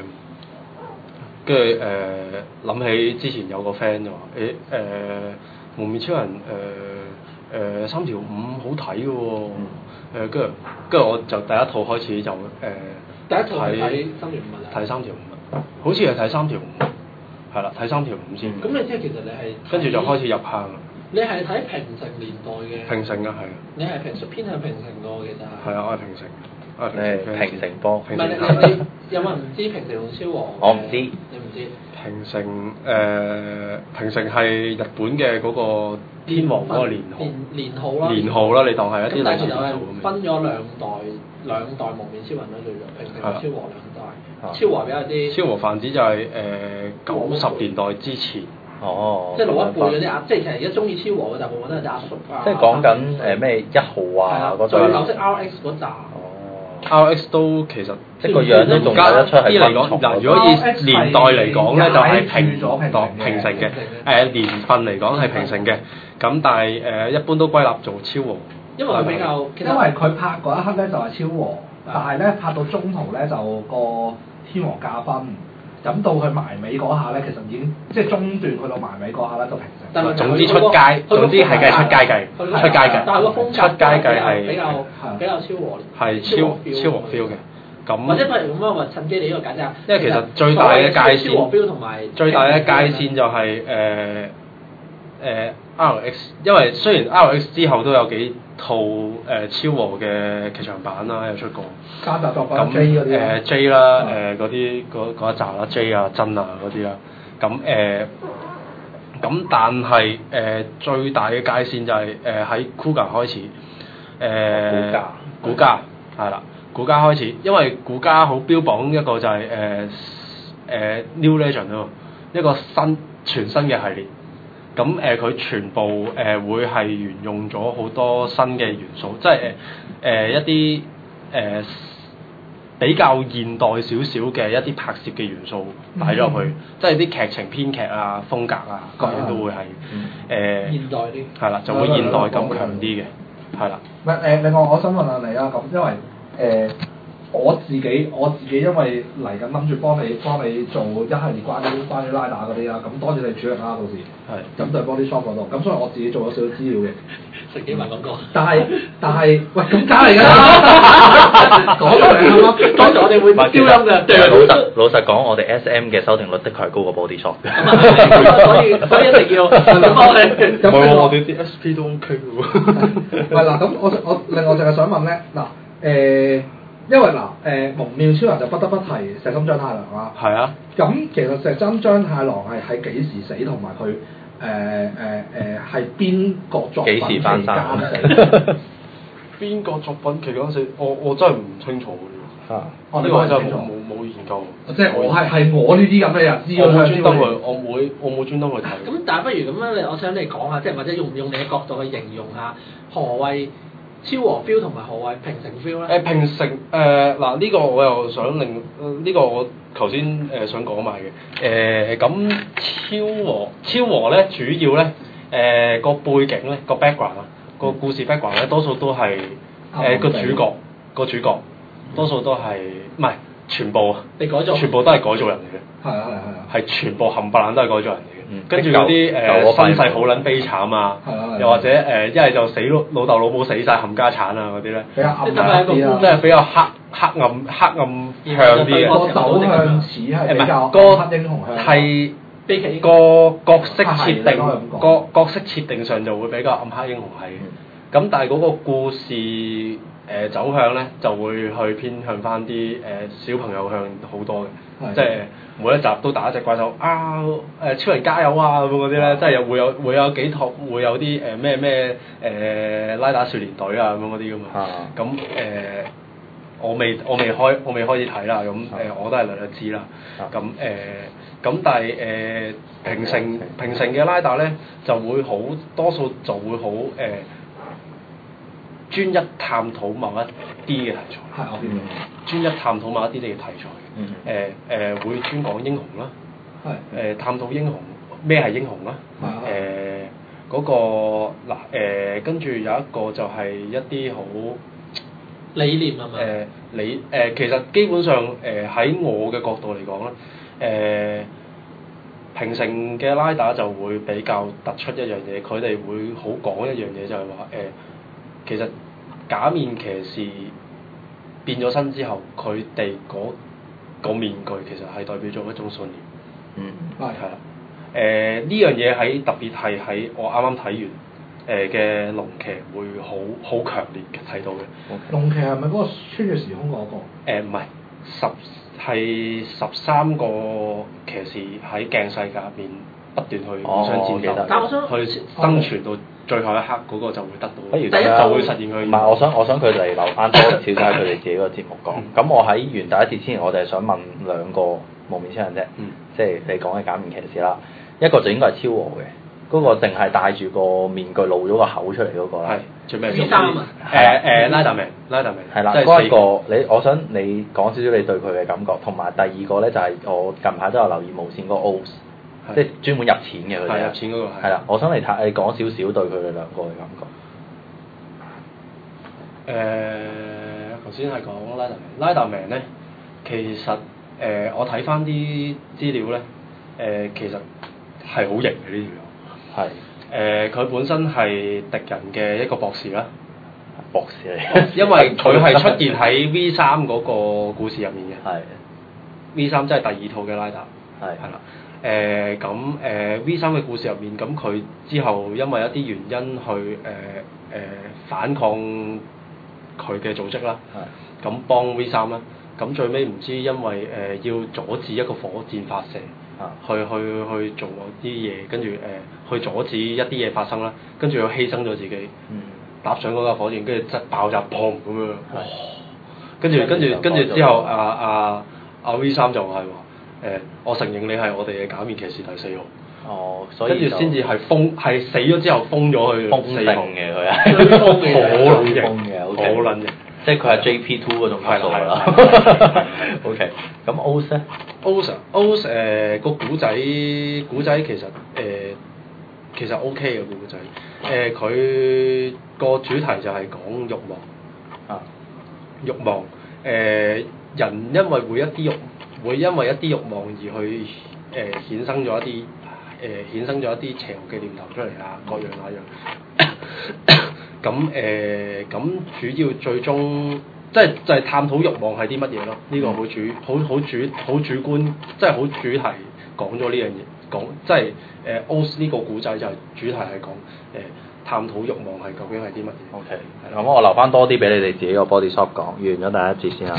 跟住誒諗起之前有個 friend 就話：誒、誒蒙面超人誒誒、三條五好睇嘅喎。
嗯
誒跟住跟住我就第一套開始就誒、
第一套係睇三條五啊
睇三條五，好似係睇三條五，係啦，睇三條五
嗯
先。
咁你即係其實你係睇
跟住就開始入坑啦，
你係睇平成年代嘅
平成啊，係
你係平偏向平成嘅喎，其實係
係啊，我係平成，我係
你
平
係
成
平成幫
平
唔
成
係你你你有冇人唔知平成同超王嘅？
我唔知
你唔知
平成誒、平成係日本嘅嗰個天皇嗰個年號，
年年號啦，
年號啦，你當係一啊
咁
啲
但
類
係
似
其實
年號
係
咁樣。
分咗兩代兩代蒙面超人啦，叫做平成同超王兩
啊
代。超王比較啲
超和泛指就係誒呃九十年代之前，
哦，
即係老一輩嗰
啊
啲阿，啊即係其實而家中意超王嘅大部分都係啲阿叔啊。
即係講緊誒咩一號
係
啊
啊
嗰，
最
種
流式 RX 嗰扎。
哦，
RX 都其實
即係個樣都仲睇得出係
啲嚟講，嗱，如
哦
果以年代嚟講咧，就係平
咗平成嘅
平成嘅，誒年份嚟講係平成嘅，咁但係誒一般都歸納做超和，
因為佢比
哦
較，其
因
實
為佢拍嗰一刻咧就係超和，但
啊
係咧拍到中途咧就個天王駕崩，咁到佢埋尾嗰下咧，其實已經即係中段去到埋尾嗰下咧就平成。
但係
總之出街
佢個
總之係計出街計
佢個
出街計
但係個風格
出街計係
比較
係
比較超和，
係超超和 feel 嘅，咁
或者不如咁啊，趁機你呢個解釋下。
因為其實最大嘅界
超和
線
feel 同埋
最大嘅界線就係呃誒誒 RX，因為雖然 RX 之後都有幾套誒、超和嘅劇場版啦，有出過。
三集作
咁
品 J 嗰啲
誒
啊
J 啦，
嗯
誒嗰啲嗰嗰一集啦，J 啊、真啊嗰啲啦，咁誒咁但係誒最大嘅界線就係誒喺 Kuga 開始，誒
哦
古價
古家係啦，古家開始，因為古家好標榜一個就係誒誒 New Legend 啊嘛，一個新全新嘅系列。咁誒佢全部誒、呃、會係沿用咗好多新嘅元素，即係誒誒一啲誒、呃比較現代少少嘅一啲拍攝嘅元素擺咗入去，
嗯
即係啲劇情編劇啊、風格啊，各樣都會係
嗯
誒
現代啲。
係啦，就會現代感強啲嘅，係啦，
唔係誒，另外我想問下你啦，啊咁因為誒、我自己我自己因為嚟緊諗住幫你幫你做一系列關於關於拉打嗰啲啦，咁當然你主力啦到時，
係。
咁就係 body shop 嗰度，咁所以我自己做咗少少資料嘅，
食幾萬廣告。
嗯
但係但係喂咁假嚟㗎 啦，講咗嚟啦，
當時我哋會
唔係其
丟
實
音嘅，
其實老實老實講，我哋 S M 嘅收聽率的確係高過 Body Shop 嘅。
所以所以一定 要幫你。
咁另外
哋啲 SP 都 OK 喎
喂嗱，咁我我另外淨係想問咧，嗱誒、因為嗱誒、蒙面超人就不得不提石心張太郎啦。
係啊，
咁其實石真張太郎係喺幾時死，同埋佢誒誒誒係邊個作品
幾時翻
期
生
間死？
邊個作品期間死？我我真係唔清楚嘅
啊
哦
喎，
你
呢
講
個
得
真
清
係
楚
冇冇冇研究。
即係我係係我呢啲咁嘅人知
我
㗎啦
冇專登去，我冇我冇專登去睇。
咁但係不如咁樣，你我想你講下，即係或者用唔用你嘅角度去形容下何謂超和 feel 同埋何謂平成 feel 咧？
誒平成誒嗱呢個我又想令呃呢、個我頭先誒想講埋嘅誒咁超和超和咧主要咧誒、個背景咧個 background 啊個故事 background 咧多數都係
啊
誒個主角個主角多數都係唔係全部啊
你改造
全部都係改造人嚟嘅。
係啊係啊係啊，
係全部冚唪唥都係改造
嗯
人嚟嘅，跟住嗰
即係舊
啲
舊嗰
誒
批
身世好撚悲慘啊
係啊係啊，
又或者誒一係就死老老豆老母死晒冚家產啊嗰啲咧，
比較暗
你特別係
啲啊
個
啦，
即係比較黑黑暗黑暗向啲
個
嘅，
個走向似係
誒唔
比較
係個
黑英雄向，啊
係
悲劇應該
個角色設
係你
定
可以咁講嗯
個角色設定上就會比較暗黑英雄係嘅，咁、但係嗰個故事誒、呃走向咧就會去偏向翻啲誒小朋友向好多
係
嘅，即係每一集都打一隻怪獸啊誒、超人加油啊咁嗰啲咧，即係有會有會有幾套會有啲誒咩咩誒拉打少年隊啊咁嗰啲噶嘛
啊，
咁誒、我未我未開我未開始睇啦，咁誒、我都係略略知啦。
啊
咁誒呃咁但係誒、呃平成平成嘅拉打咧就會好多數就會好誒、專一探討某一啲嘅題材，
係我見
專一探討某一啲嘅題材。誒誒、
嗯
會專講英雄啦，
到，係
誒、探討英雄咩係英雄啦，誒
係
嗰、
啊
個嗱誒、跟住有一個就係一啲好。
理念啊係
誒、
咪？
呃你誒、其實基本上誒喺、我嘅角度嚟講咧，誒、平成嘅拉打就會比較突出一樣嘢，佢哋會好講一樣嘢就係話誒，其實假面騎士變咗身之後，佢哋嗰個面具其實係代表咗一種信念。
嗯。
係
係啦。誒呢樣嘢喺特別係喺我啱啱睇完誒呃嘅龍騎會好好強烈嘅睇到嘅。
嗯
龍騎係咪嗰個穿越時空嗰個？
誒呃唔係十係十三個騎士喺鏡世界入面不斷去互相
哦我記得
戰鬥，
但我想
去生存到最後一刻嗰個就會得到，
不如
第一
就
步
會實現佢。
唔係，我想我想佢哋留翻多少喺佢哋自己個節目講。
嗯
咁我喺完第一節之前，我就係想問兩個無面超人啫，
嗯
即係你講嘅假面騎士啦，一個就應該係超我嘅，嗰、個淨係戴住個面具露咗個口出嚟嗰個啦
係。最尾
V 三啊
誒誒拉達明拉達明
嗯係啦，
呃即係
嗰一
四
個你，我想你講少少你對佢嘅感覺，同埋第二個咧就係我近排都有留意無線嗰個 o s
係
即係專門入錢嘅佢哋。
係入錢嗰個係
係啦，我想你睇你講少少對佢哋兩個嘅感覺。
誒，呃頭先係講拉達明，拉達明咧，其實誒、呃我睇翻啲資料咧，誒、其實係好型嘅呢
係
條友。誒，佢、本身係敵人嘅一個博士啦，
博士 嚟，
因為佢係出現喺 V 三嗰個故事入面嘅。
係
V 三即係第二套嘅拉達。
係
係啦。誒咁誒 V 三嘅故事入面，咁佢之後因為一啲原因去誒誒、反抗佢嘅組織啦。
係。
咁幫 V 三啦。咁最尾唔知因為誒、呃要阻止一個火箭發射，
啊
去去去做啲嘢，跟住誒去阻止一啲嘢發生啦，跟住佢犧牲咗自己，
嗯。
搭上嗰架火箭，跟住即爆炸砰咁樣，哇跟住
跟住
跟
就
住跟
改咗
住之後，啊啊啊 V 三就係話誒，我承認你係我哋嘅假面騎士第四號。
哦，所以
跟住先至係封，係死咗之後封咗佢
封定
四號
嘅佢係，
追封嘅
好撚型
嘅，
好
OK
撚型，
即係佢係 JP Two 嗰種級數㗎啦
係啦係啦。
OK，咁 O 咧
Oz 啊 Oz 誒個古仔古仔其實誒、呃其實 OK 嘅古仔誒佢個主題就係講慾望
啊，
慾望誒、呃人因為會一啲慾會因為一啲慾望而去誒、呃、衍生咗一啲誒、呃、衍生咗一啲邪惡嘅念頭出嚟啊，各樣那樣 咁誒咁主要最終。即係就係探討慾望係啲乜嘢咯？呢、個好主好好主好主觀，即係好主題講咗呢樣嘢，講即係誒 O 呢個古仔就係主題係講誒、呃探討慾望係究竟係啲乜嘢。
OK，咁我留翻多啲俾你哋自己個 body shop 講，完咗第一節先啊。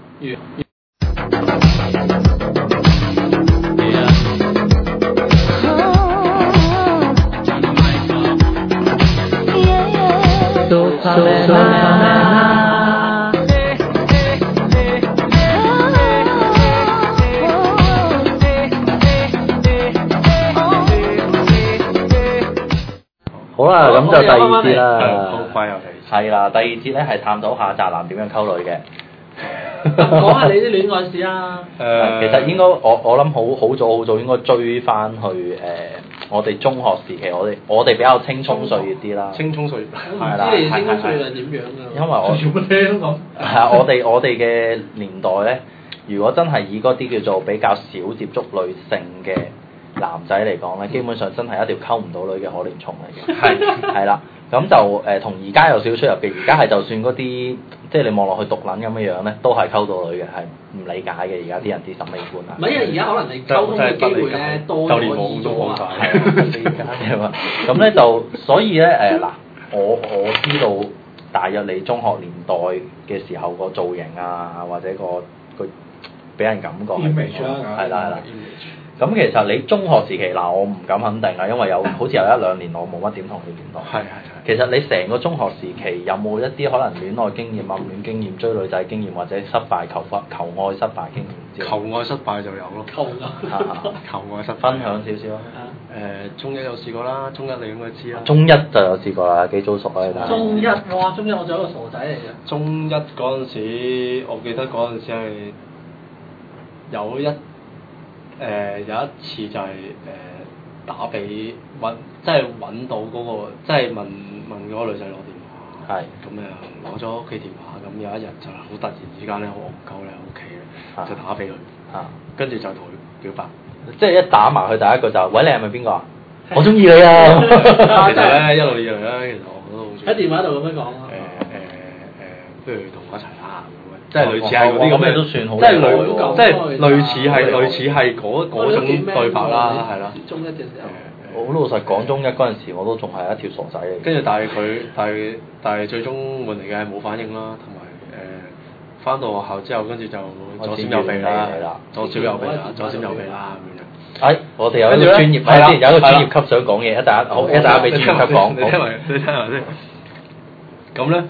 啊
好啦，咁就第二節啦。
係好快又嚟。
係啦，第二節咧係探討下宅男點樣溝女 嘅。
講下你啲戀愛史啊！
誒、
其實應該我我諗好好早好早應該追翻去誒、我哋中學時期，我哋我哋比較青葱歲月啲啦。
青葱歲月。
我唔
係啦
知你
係
升
係
級歲
係
量點樣啊
因為
㗎？
我
做乜聽咁？
係啊我哋我哋嘅年代咧，如果真係以嗰啲叫做比較少接觸女性嘅男仔嚟講咧，基本上真係一條溝唔到女嘅可憐蟲嚟嘅。係係啦，咁就誒同而家有少少出入嘅，而家係就算嗰啲即係你望落去毒撚咁樣樣咧，都係溝到女嘅，係唔理解嘅。而家啲人啲審美觀啊
唔，係因為而家可能你溝通嘅機會咧多咗易咗啊，係
係 啊
啊
理解
係嘛？咁咧就所以咧誒嗱，我我知道大約你中學年代嘅時候個造型啊，或者個個俾人感覺係啊
啊
Image 啦
係啦係啦。咁其實你中學時期嗱，我唔敢肯定啊，因 為有好似有一兩年我冇乜點同你聯絡。
係係係
其實你成個中學時期有冇一啲可能戀愛經驗、暗啊戀經驗、追女仔經驗，或者失敗求婚、求愛失敗經驗之類？
求愛失敗就有咯，
溝啊
啊 啊
求愛失敗
分享少少啊！
誒中一有試過啦，啊中一你應該知啦。
中一就有試過啦，幾早熟啊！但 係
中一哇，中一我就一個傻仔嚟嘅。
中一嗰陣時，我記得嗰陣時係有一誒、有一次就係、誒、打俾揾，即係揾到嗰、個，即係問問嗰個女仔攞電話，
係
咁樣攞咗屋企電話，咁有一日就好突然之間咧，好戇鳩咧喺屋企
啊
咧，就打俾佢，
啊，
跟住就同佢表白。
即係一打埋去第一句就係：喂，你係咪邊個啊？我中意你啊！
啊
其
真係
實咧一路以嚟咧，其實我都好中意
喺電話度咁樣講
誒誒誒
啊，
不如同我一齊啦咁樣，即係類似係嗰啲
哦哦
咁
哦
嘅，
都算好
即係
好
類
好
即係類似係
好
類似係嗰嗰種
啊
對白啦，係啦。
中一嘅時候，
誒
我老實講，中一嗰陣時我都仲係一條傻仔嚟嘅。
跟住但係佢但係但係最終換嚟嘅係冇反應啦，同埋誒翻到學校之後，跟住就左閃右避啦，左閃右避啦，左閃右避啦咁樣。
哎，我哋有一
跟住
個
咧
專業，
係啦
之前有一個專業
係啦
級想講嘢，一陣間好，一陣間俾專業級
你聽埋
講。，
你聽埋先。咁咧，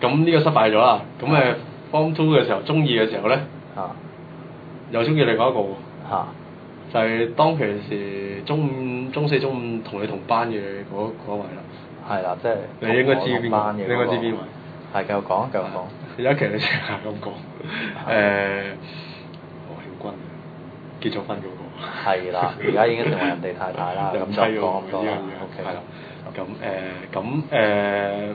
咁呢個失敗咗啦。咁誒 form two 嘅時候，中意嘅時候咧，
好啊
又中意另外一個喎。
嚇
就係當其時中五、中四、中五同你同班嘅嗰嗰位啦。
係啦，即係
你應該知邊個
同我班嘅嗰個
你應該知邊位
係繼續講，繼續講。
有一期你成日咁講，誒黃曉君結咗婚嗰個。
係啦，而家已經成為人哋太太 啦，咁就
有
講咁多
妻喎
啦
呢。樣
OK，
嘢係啦。咁誒咁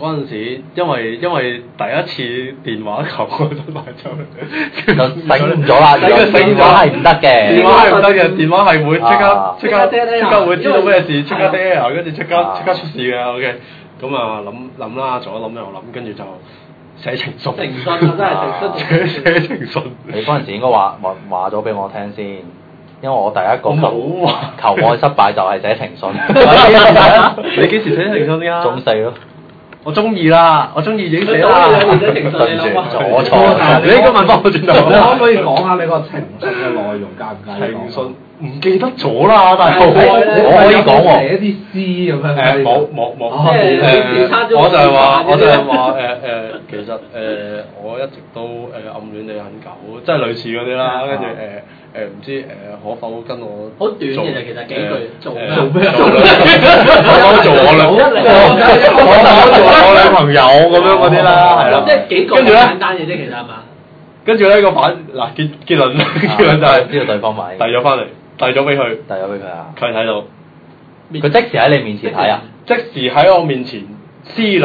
誒嗰陣時，因為因為第一次電話求我都買咗，
就醒唔 咗啦
醒咗
電話係唔得嘅
電話係唔得嘅，電話係會即
啊
刻即刻即刻會知道咩事，即刻 d e 跟住即刻即刻出事嘅，OK。咁啊諗諗啦，左諗右諗，跟住就寫情信，
誠信啊真係誠信
寫情信。
你嗰陣時應該話話話咗俾我聽先，因為我第一個求
我冇啊話
求愛失敗就係寫情信。
你幾時寫情信啊㗎
中四咯。
我中意啦，我中意影寫啦。
你寫情信你諗下
對唔住我錯
你應該問翻我轉頭。
你可唔可以講下你個情信嘅內容介唔介意講？
情信唔記得咗啦，大佬。
係係
我可以講喎
寫啲詩咁樣。
誒冇冇冇，
哦
誒
即係
你差咗
我就 係話，
個
我
時
就
間啫
係話誒誒，其實誒我一直都誒暗戀你很久，即係類似嗰啲啦，跟住誒誒唔知誒可否跟我
啊好短嘅
做
啫其實幾句
誒
做
誒
做咩
做可否做我女？
一嚟
可否做我女朋友咁樣嗰啲啦， 係啦。
即係幾個
跟住咧
簡。單嘅啫，其實係嘛？
跟住咧個反嗱結結論結論就係
知道對方咪
遞咗翻嚟，遞咗俾佢，
遞咗俾佢啊！
佢睇到，
佢即時喺你面前睇啊！
即時喺我面前撕爛，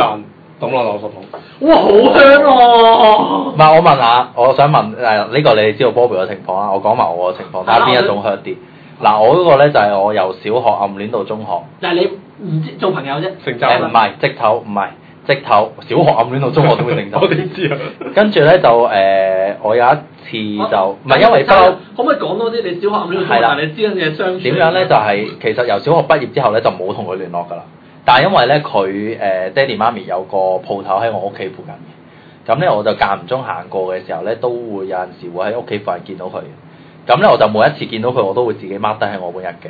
抌落垃圾桶。
哇，好香
唔
喎！
係，我問下，我想問誒呢、個你哋知道 Bobby 嘅情況啊啦，我講埋我嘅情況，
啊
睇下邊一種 hurt 啲。嗱，我嗰個咧就係、我由小學暗戀到中學，
但係你唔知做朋友啫，
成就
誒唔係直頭唔係直頭，小學暗戀到中學都會成就。
我點知啊？
跟住咧就誒、我有一次就唔係因為不嬲。
可唔可以講多啲你小學暗戀嘅
係啦
但你知緊嘅相處
點樣咧？就係、其實由小學畢業之後咧，就冇同佢聯絡㗎啦。但係因為咧，佢誒呃爹哋媽咪有個鋪頭喺我屋企附近嘅，咁咧我就間唔中行過嘅時候咧，都會有陣時會喺屋企附近見到佢。咁咧我就每一次見到佢，我都會自己 mark 低喺我本日記。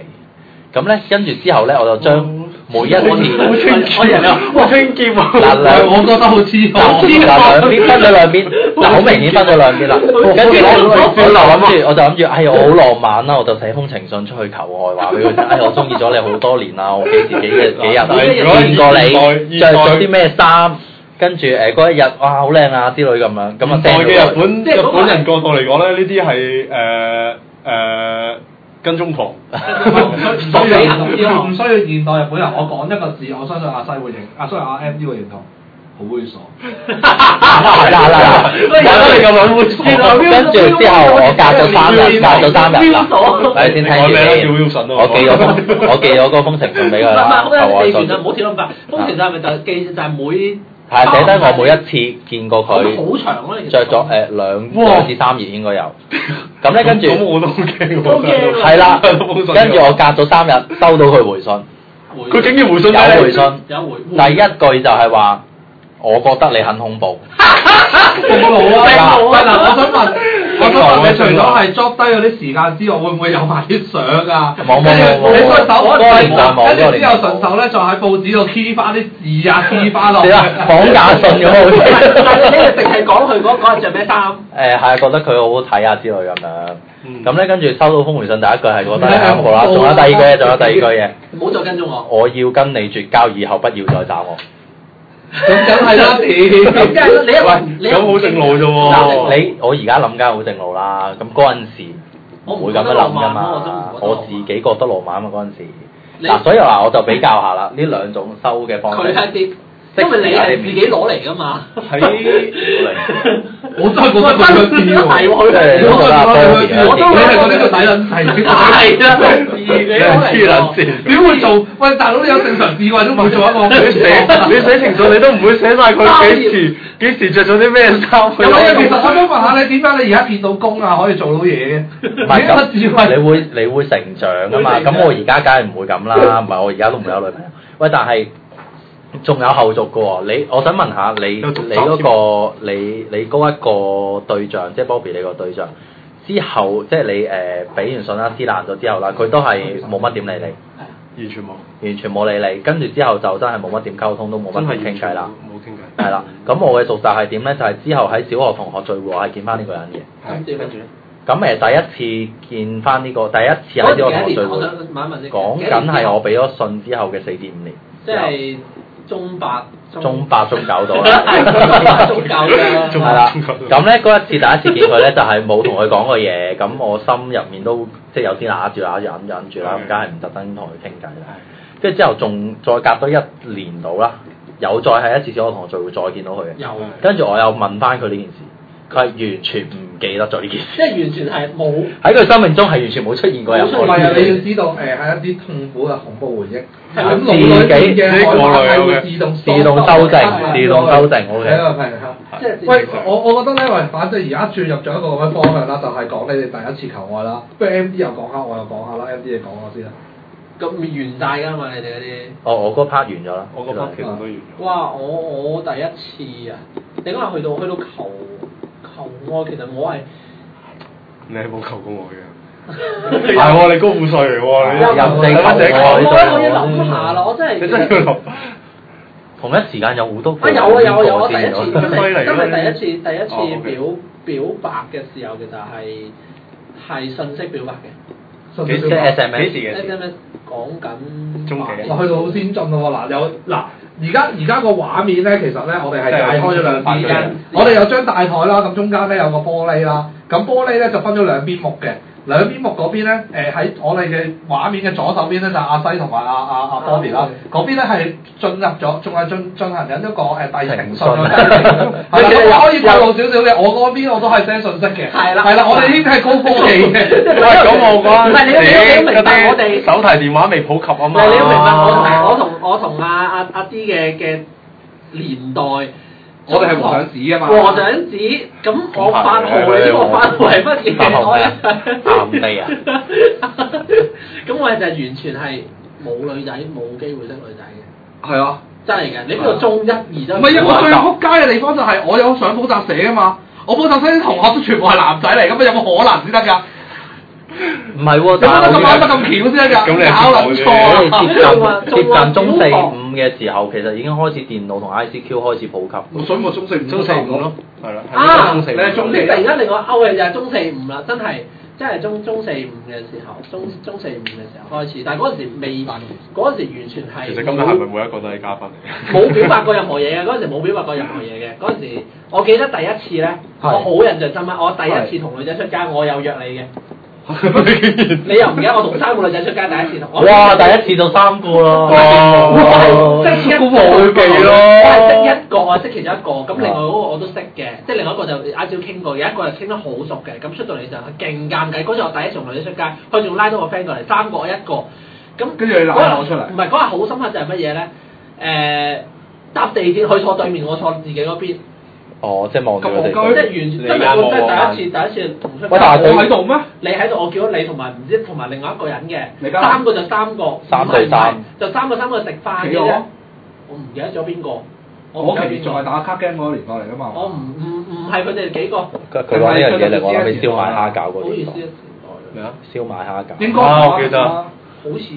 咁咧跟住之後咧，我就將每一
哦好
次。
清
我以為你
潔
話
啊！好 清潔啊！
嗱兩，
我覺得好似
嗱
我
嗱兩邊分咗兩邊，嗱好明顯分咗兩邊啦。跟住我我就諗住，我就諗住，哎呀我好浪漫啦，我就寫封情信出去求愛，話俾佢聽，哎呀我中意咗你好多年啦，我幾時幾日幾日見過你，着咗啲咩衫，跟住誒嗰一日哇好靚啊之類咁樣，咁啊 send
代嘅日
咗
本
即係
日
嗰個
本人角度嚟講咧，呢啲係誒誒跟蹤狂。
唔需
所以
要唔需要現代日本人，我講一個字，我相信阿西會認，阿雖然阿 M D 會認同。好猥瑣。
嗱嗱嗱，
得你咁樣會先啦。
跟住之後我隔咗三日，隔咗三日啦，
睇哎先聽
我名啦，叫
住
Wilson
先。
咯。
我寄咗封，我寄咗個封情信俾
唔
佢
係唔
啦，
係，好
投
嘅，
我
你記完啦，
信
唔。好跳咁快。封田曬咪就係記就係每
係寫低我每一次見過佢
哦好長咯，你其實
着咗誒兩
哇
兩至三頁應該有。咁咧跟住
咁我都好驚喎。
都驚啊喎
係啦，跟
都冇信任
住我隔咗三日收到佢回信，
回
佢竟然回信
有回
俾
信。
有回
第一句就係話，我覺得你很 恐怖。
正路啊！
正
嗱，
路
喂嗱，我想問，我
正路
想問
啊
你除
正路
咗
啊
係 drop 低嗰啲時間之外，會唔會有埋啲相啊？
冇冇冇冇
你再手嗰
嗰個年代冇
跟住之後
嗰個年代冇
順手咧，就喺報紙度 key 翻啲字啊，key 翻落去
你。話綁架信咁好
但係你
似。
淨係講佢嗰嗰日着咩衫？
誒係覺得佢好好睇啊之類咁樣，
嗯
咁咧跟住收到封回信第一句係覺得你係好啦， 仲有第二句嘢，仲有第二句嘢，
唔好再跟蹤我。
我要跟你絕交，以後不要再找我。
咁梗係啦，
咁 即
屌！
係你一
喂，咁好正路啫
哦
嗱，
喎。
你我而家諗梗係好正路啦，咁嗰陣時
我
唔
唔
會
覺
咁樣
得
諗
浪
噶
漫
嘛
咯，
我
我
自
真係唔
己
覺
覺得浪漫啊嘛嗰陣時。
你
嗱，所以嗱我就比較下啦，呢兩種收嘅
得
方
浪漫佢
式。
係啲，因為你係自己攞嚟㗎嘛。
喺
我真係覺得佢想
係
屌喎。
喎，佢係我
我真係覺得佢想屌
都
你係我呢個底撚
係
係。
啦，自己攞嚟。
點會做？喂，大佬有正常智慧都冇做一個
你寫你寫情信，你都唔會寫晒佢幾時幾時着咗啲咩衫去
有
攞
咩？
嚟
其實我想問下你，點解你而家見到工啊，可以做到嘢嘅？
唔係咁，
你有乜智
你
慧。
會你會成長噶嘛？
會成長
咁我而家梗係唔會咁啦，唔係我而家都唔會有女朋友。喂，但係仲有後續嘅喎。你我想問下你
有續集
你嗰個你你嗰一個對象，即係 Bobby 你個對象之後，即係你誒俾完信啦、撕爛咗之後啦，佢都係冇乜點理
完全冇，
你，完全冇理你，跟住之後就真係冇乜點溝通，都冇
真係
乜
完
點傾
全
偈啦。
冇傾偈。
係啦，咁我嘅熟習係點咧？就係、之後喺小學同學聚會，我係見翻呢個人嘅。
咁點啊跟住咧？
咁誒、第一次見翻呢、個，第一次
嗰陣時
喺呢個同
幾
學聚
年？我。
會
想問一問你，
講緊係我俾咗信之後嘅四至五年，
即係中八、
中八中九到
係
啦，
中九啦
中
係啦。咁咧嗰一次第一次見佢咧，就係冇同佢講過嘢，咁我心入面都即係有啲揦住揦住忍忍住
嗯
啦，咁梗係唔特登同佢傾偈啦。跟住之後仲再隔多一年到啦，有再係一次小學同學聚會再見到佢嘅，
又
跟住我又問翻佢呢件事，佢係完全唔記得咗呢件事，
即係完全係冇。
喺佢生命中係完全冇出現過任
唔
何
係啊！
呢件
你要
事。
知道，誒係一啲痛苦嘅恐怖回憶，
係
咁
啊自
腦
己
裏邊嘅
自己
海
過濾
馬
咗
係會
嘅
自動
自動修正自動修正，OK
啊係啊，係啊。
即係
喂，我我覺得咧，喂，反正而家轉入咗一個咁嘅方向啦，就係講你哋第一次求愛啦。不如 M D 又講下，我又講下啦，M D 你講我先啦。
咁完晒㗎嘛？你哋嗰啲。
哦，我嗰 part 完咗啦，
我個 part 其實都完咗。
哇！我我第一次啊，你講下去到去到求求愛，其實 我係
你係冇求過我嘅。 啊係喎，你高富帥嚟喎，你
任性
你乜嘢
求愛
講
我我要諗下啦，我真係
你真係要諗。
同一時間有好多個
啊有啊有啊有啊！
我
第
知
一次
咗
真
犀利
係
啊
真係
你
第一次第一
哦
次
，OK
表表白嘅時候，其實係係信息表白嘅
信唔
幾
信
時
即係 SMS
幾時嘅事？
，SMS 講緊
中期啊
哇，去到好先進咯喎！嗱，有嗱，而家而家個畫面咧，其實咧，我哋係解開咗兩邊嘅。我哋有張大台啦，咁中間咧有個玻璃啦，咁玻璃咧就分咗兩邊木嘅。兩邊木嗰邊咧，誒、喺我哋嘅畫面嘅左手邊咧就係阿西同埋阿阿阿 Bobby 啦，嗰邊咧係進入咗，仲係進進行緊一個誒遞情信嘅遞情信啊 係啦，我可以透露少少嘅，我嗰邊我都係 send 信息嘅，
係啦
係啦，我哋呢啲係高科技
喂，
嘅。
咁我嗰
唔係你都你都明白我
陣時嗰啲
哋
手提電話未普及啊
唔
嘛。啊
係你都明白我同我同我同阿阿阿 D 嘅嘅年代，
我哋係和尚紙啊嘛
和尚紙咁我發號你知我發號係乜嘢？
發號
我
咩啊鹹味啊！
咁我哋就完全係冇女仔，冇機會識女仔嘅，
係啊。
真係嘅。你邊度中一二都
唔係啊！我最撲街嘅地方就係我有上補習社啊嘛，我補習社啲同學都全部係男仔嚟，咁啊有冇可能先得㗎？
唔係喎，
有
但
冇
係
得咁
我
啱得咁巧先得㗎？
咁你係
搞撚錯
咁
我
啊！
哋接近接
仲話
近中四
小學
五嘅時候，其實已經開始電腦同 ICQ 開始普及。
所以我中四五
中四五咯，係啦，
啊！
中四
你
五。
突然間令我勾嘅就係中四五啦，真係真係中中四五嘅時候，中中四五嘅時候開始，但係嗰陣時未，嗰陣時完全係
其實今日係咪每一個都係嘉賓嚟？
冇表白過任何嘢嘅，嗰陣時冇表白過任何嘢嘅。嗰陣時，我記得第一次咧，我好印象深刻。我第一次同女仔出街，我有約你嘅。 你又唔記得我同三個女仔出街第一次同我？
哇！第一次到三個咯，
哇
哇！即係一
好妒忌咯
我係直一個啊我識其中一個，咁另外嗰個我都識嘅，即係另外一個就啱先傾過，有一個就傾得好熟嘅，咁出到嚟就啊勁尷尬。嗰陣我第一次同女仔出街，佢仲拉到個 friend 過嚟，三個我一個，咁
跟住你拉我出嚟
嗰日唔係嗰日好深刻就係乜嘢咧？誒、搭地鐵佢坐對面，我坐自己嗰邊，
哦，即係望住佢哋
即係
對。
完真係我真係第一次第一次同出街。
喂但係
我喺度咩？
你喺度，我叫咗你同埋唔知同埋另外一個人
你
嘅，
家
三個就三個，
三對三
就三個三個食飯嘅
企
啫
鵝。
我唔記得咗邊個，
我
唔記得
其
邊
實
個
仲係打卡 game 嗰個年代嚟噶嘛。
我唔唔唔係佢哋幾個，好
佢佢講呢樣嘢令我諗起燒賣蝦餃嗰
意
年
思
代，
咩
啊，
啊？
燒賣蝦餃。
應該
啊我記得
好似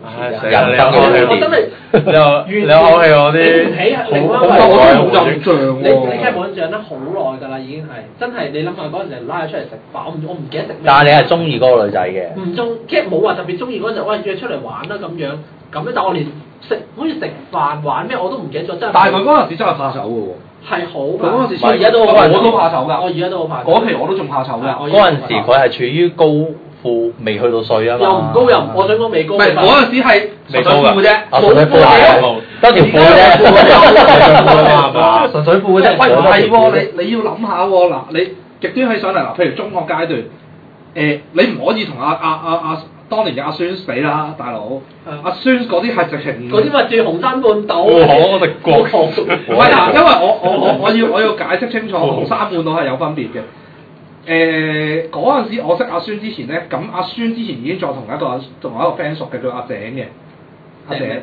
唉，
好似
死啦！
人
你有
生
口
我真係
氣，你有 你有口氣，我
你唔起啊你
啲
媽
好
咪
好
我
耐
都
冇
冇
印
影
象
你你
喎。
劇本上得好耐㗎啦，已經係真係你諗下嗰陣時拉佢出嚟食飯，我唔我唔記得食咩。
但係你係中意嗰個女仔嘅。
唔中，即係冇話特別中意嗰陣，喂約出嚟玩啦咁樣，咁樣但我連食好似食飯玩咩我都唔記得咗，真係。
但係佢嗰陣時真係怕醜嘅喎。
係好㗎，
佢嗰陣時
我而家都好
我都怕醜㗎
我而家都好怕醜。
嗰期我都仲怕醜㗎。
我
嗰陣時佢係處於高富，未去到歲啊
又唔
嘛。
高又唔，我想講未高。
唔係嗰陣時係純粹褲啫，
啊，純粹褲
冇
啊，得條褲啫。
啊
純粹褲啫。喂，唔係喎，你你要諗下喎，嗱，你極端起上嚟嗱，譬如中學階段，誒，你唔可以同阿阿阿阿當年嘅阿孫比啦，大佬，阿孫嗰啲係直情
嗯嗰啲咪住紅山半島。
哦
我我食過
我狂
唔係嗱，因為我我 我我要我要解釋清楚，同三半島係有分別嘅。誒嗰陣時我識阿孫之前咧，咁阿孫之前已經再同一個同一個 friend 熟嘅叫阿井嘅，阿
井咩
井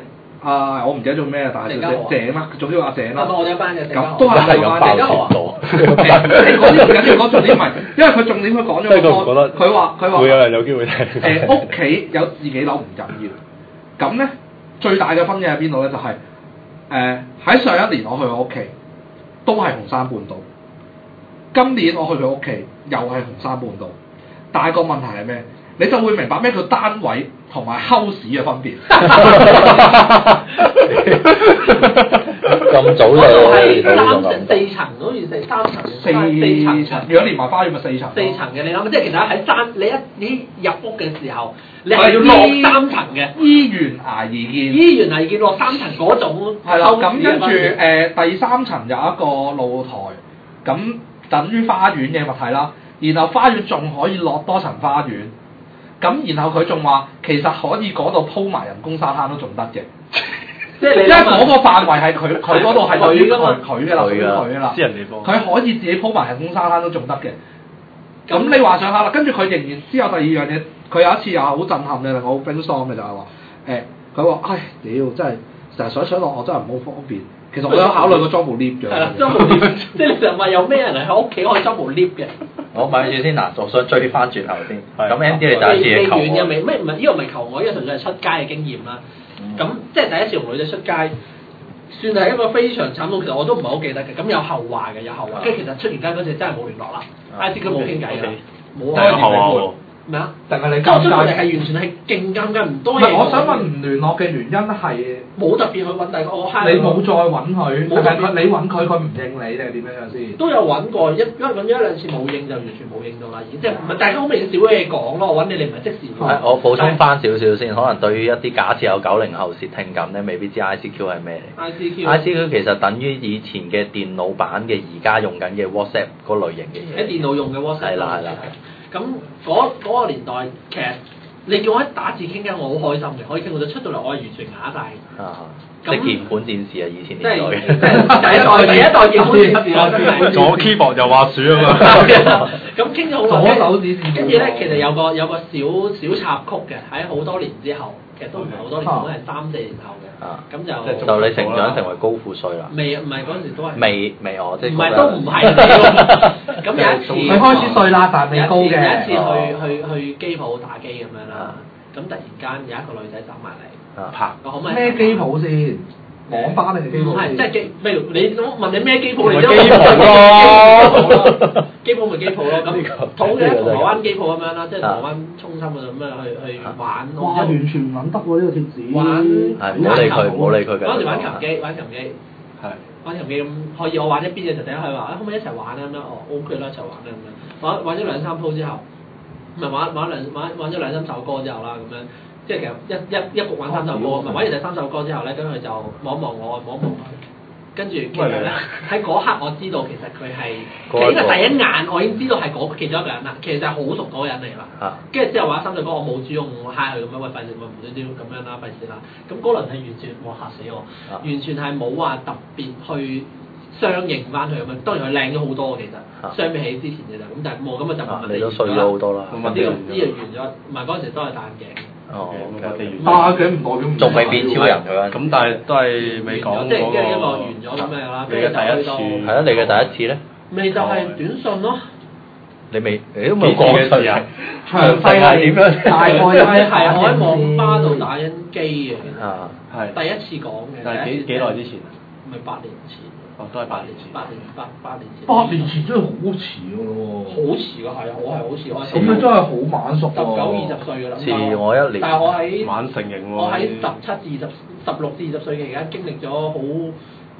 啊，我唔記得做咩啦，但係
鄭家豪啊
叫井啦，總之叫阿井
係
啦
啊咪。我哋一班嘅？
咁都
真係有爆
啊！
誒
甜
嗰啲唔緊要，
度。
嗰重點唔係，因為佢重點佢講咗
即係佢唔
好
覺
多
得，
佢話佢話
會有人有機會聽。
誒屋企有自己樓唔緊要，咁咧最大嘅分野喺邊度咧？就係誒呃喺上一年我去我屋企，都係紅山半島。今年我去佢屋企，又係紅山半島。但係個問題係咩？你就會明白咩叫單位同埋 house 嘅分 別。
咁早
嗰
就
度係
嚟到呢
三
種
層
感
四
覺。
層，好似四三層
四
四層
層，如果連埋花園咪四層咯。
四層嘅，你諗下，即係其實喺山，你一你入屋嘅時候，你
我哋
係
要
要
落
落三層嘅。
依懸崖而建。
依原係見落三層嗰種，啊
係啦，咁跟住誒、第三層有一個露台，咁等於花園嘅物體啦。然後花園仲可以落多層花園，咁然後佢仲話其實可以嗰度鋪埋人工沙灘都仲得嘅，
即係你
因為
諗下
嗰個範圍係佢佢嗰度係屬於
佢㗎啊嘛
佢佢嘅啦，屬於
佢㗎
佢嘅啦
私。人地方。
佢可以自己鋪埋人工沙灘都仲得嘅。咁你話上下啦，跟住佢仍然之後第二樣嘢，佢有一次又係好震撼嘅，令我好冰喪嘅就係話誒，佢話唉屌真係成日上上落落真係唔好方便。其實我有考慮過裝部 lift 嘅。
啊係啊啦， 裝部 lift，即係你成日話有咩人係喺屋企可以裝部 lift 嘅？
我咪住先嗱，我想追翻轉頭先。
係
咁 M D 你第一次
未
求
完嘅
我，
未咩唔係呢個唔係求我，呢個純粹係出街嘅經驗啦。咁、即係第一次同女仔出街，算係一個非常慘痛，其實我都唔係好記得嘅。咁有後話嘅，有後話。跟住其實出完街嗰次真係冇聯絡啦，I G 都冇傾偈啦，啊冇
但係有後話
啊
喎。
咩啊？
定係你
咁我出到嚟係完全係勁尷尬，唔多嘢。
我想問唔聯絡嘅原因係
冇特別去揾第二個，我嗨
你冇再揾佢，
啊冇
定係
特別
佢你揾佢佢唔應你定係點樣樣先？
都有揾過，一因為揾咗一兩次冇應就完全冇應到啦，已經即係唔係大家好明顯少嘢講咯，我揾你你唔係即時揾。
係哦啊我補充翻少少先，可能對於一啲假設有九零後竊聽感咧，未必知 I C Q 係咩嚟。
I C Q，
I C Q 其實等於以前嘅電腦版嘅而家用緊嘅 WhatsApp 嗰類型嘅
喺
嘢。
電腦用嘅 WhatsApp
係啦係啦
咁嗰嗰個年代其實你叫我喺打字傾偈，我好開心嘅，可以傾到出到嚟，我係完全啞晒。
啊，即
咁
鍵盤戰士啊，以前
即
年
係
代
即
嘅。
係第一代第一代鍵盤電視啦，真係。
左 keyboard 右滑鼠啊嘛。
咁傾咗好耐，
左手指指
跟住咧，其實有個有個小小插曲嘅，喺好多年之後，其實都唔係好多年，可能係三四年後
啊
嘅。咁就
就你成長成為高富帥啦。
未唔係嗰陣時都係
未未我即係
唔
覺
係
得
都唔係 咁有一次
佢開
啊
始碎啦，但係未高
有一次
嘅。
哦
有一次去去去機鋪打機咁樣啦，咁突然間有一個女仔走埋嚟，
啊
我可唔可以
咩機？鋪先？網吧定係機
唔
鋪
係
先？
即係機，譬如你問你咩機鋪，你
咪
都
機鋪咯。
機鋪咪機鋪咯，
呢個
咁土嘅銅鑼灣機鋪咁樣啦，即係銅鑼灣中心嗰度咁樣啊去
啊
去玩，
哇！
我唔知
完全唔撚得喎呢個貼紙。
玩
係唔好理佢
玩球
唔好理佢繼續啊
嗰陣時玩
玩
球機，玩球機。
係。
玩遊戲咁可以，我玩一邊嘅時候，第一佢話啊可唔可以一齊玩啊咁樣？哦，OK 啦，一齊玩啦咁樣。玩玩咗兩三鋪之後，唔係玩玩兩玩玩咗兩三首歌之後啦，咁樣即
哦
係其實一一一局玩三首歌，唔係玩完第三首歌之後咧，跟住佢就望一望我，望一望佢，跟住其實咧喺嗰刻我知道其實佢係
嗰一個
其實第一眼我已經知道係嗰其中一個人啦，其實係好熟嗰個人嚟啦。
啊
跟住之後話三對哥，我冇主動嗨佢咁樣，喂費事咪無端端咁樣啦，費事啦。咁嗰輪係完全哇嚇死我，
啊
完全係冇話特別去相應翻佢咁樣。當然佢靚咗好多其
啊
實，相比起之前嘅就咁，但係冇咁啊就
啊
慢慢
你都衰咗好多啦
呢個呢個完咗，唔係嗰陣時都係戴眼鏡。
哦，OK，
地
啊佢唔代表唔
仲未變超人佢
咁但係都係未講
即係
嗰
跟住一個
個
完咗咁樣啦，
你
跟住
嘅第一次
係啊，你嘅第一次咧，
咪就係短信咯，
你未你都
幾
冇
次
講
嘅
出
事啊
啊？
詳細係點樣大概
我係我喺網
網
吧度打緊機嘅，其實
啊，
係，
第一次講嘅。
但係幾
第
幾
一次
耐之前？啊
咪八年前。
哦都係八年前
八年八八年前。
八年前真係好遲
好
㗎
遲㗎，係啊，我係好遲，我係
喎，咁樣真係好晚熟
十
喎。
九二十歲㗎啦。啊
遲我一年
但係我喺
晚成型喎
我喺十七至二十十六至二十歲嘅而家經歷咗好。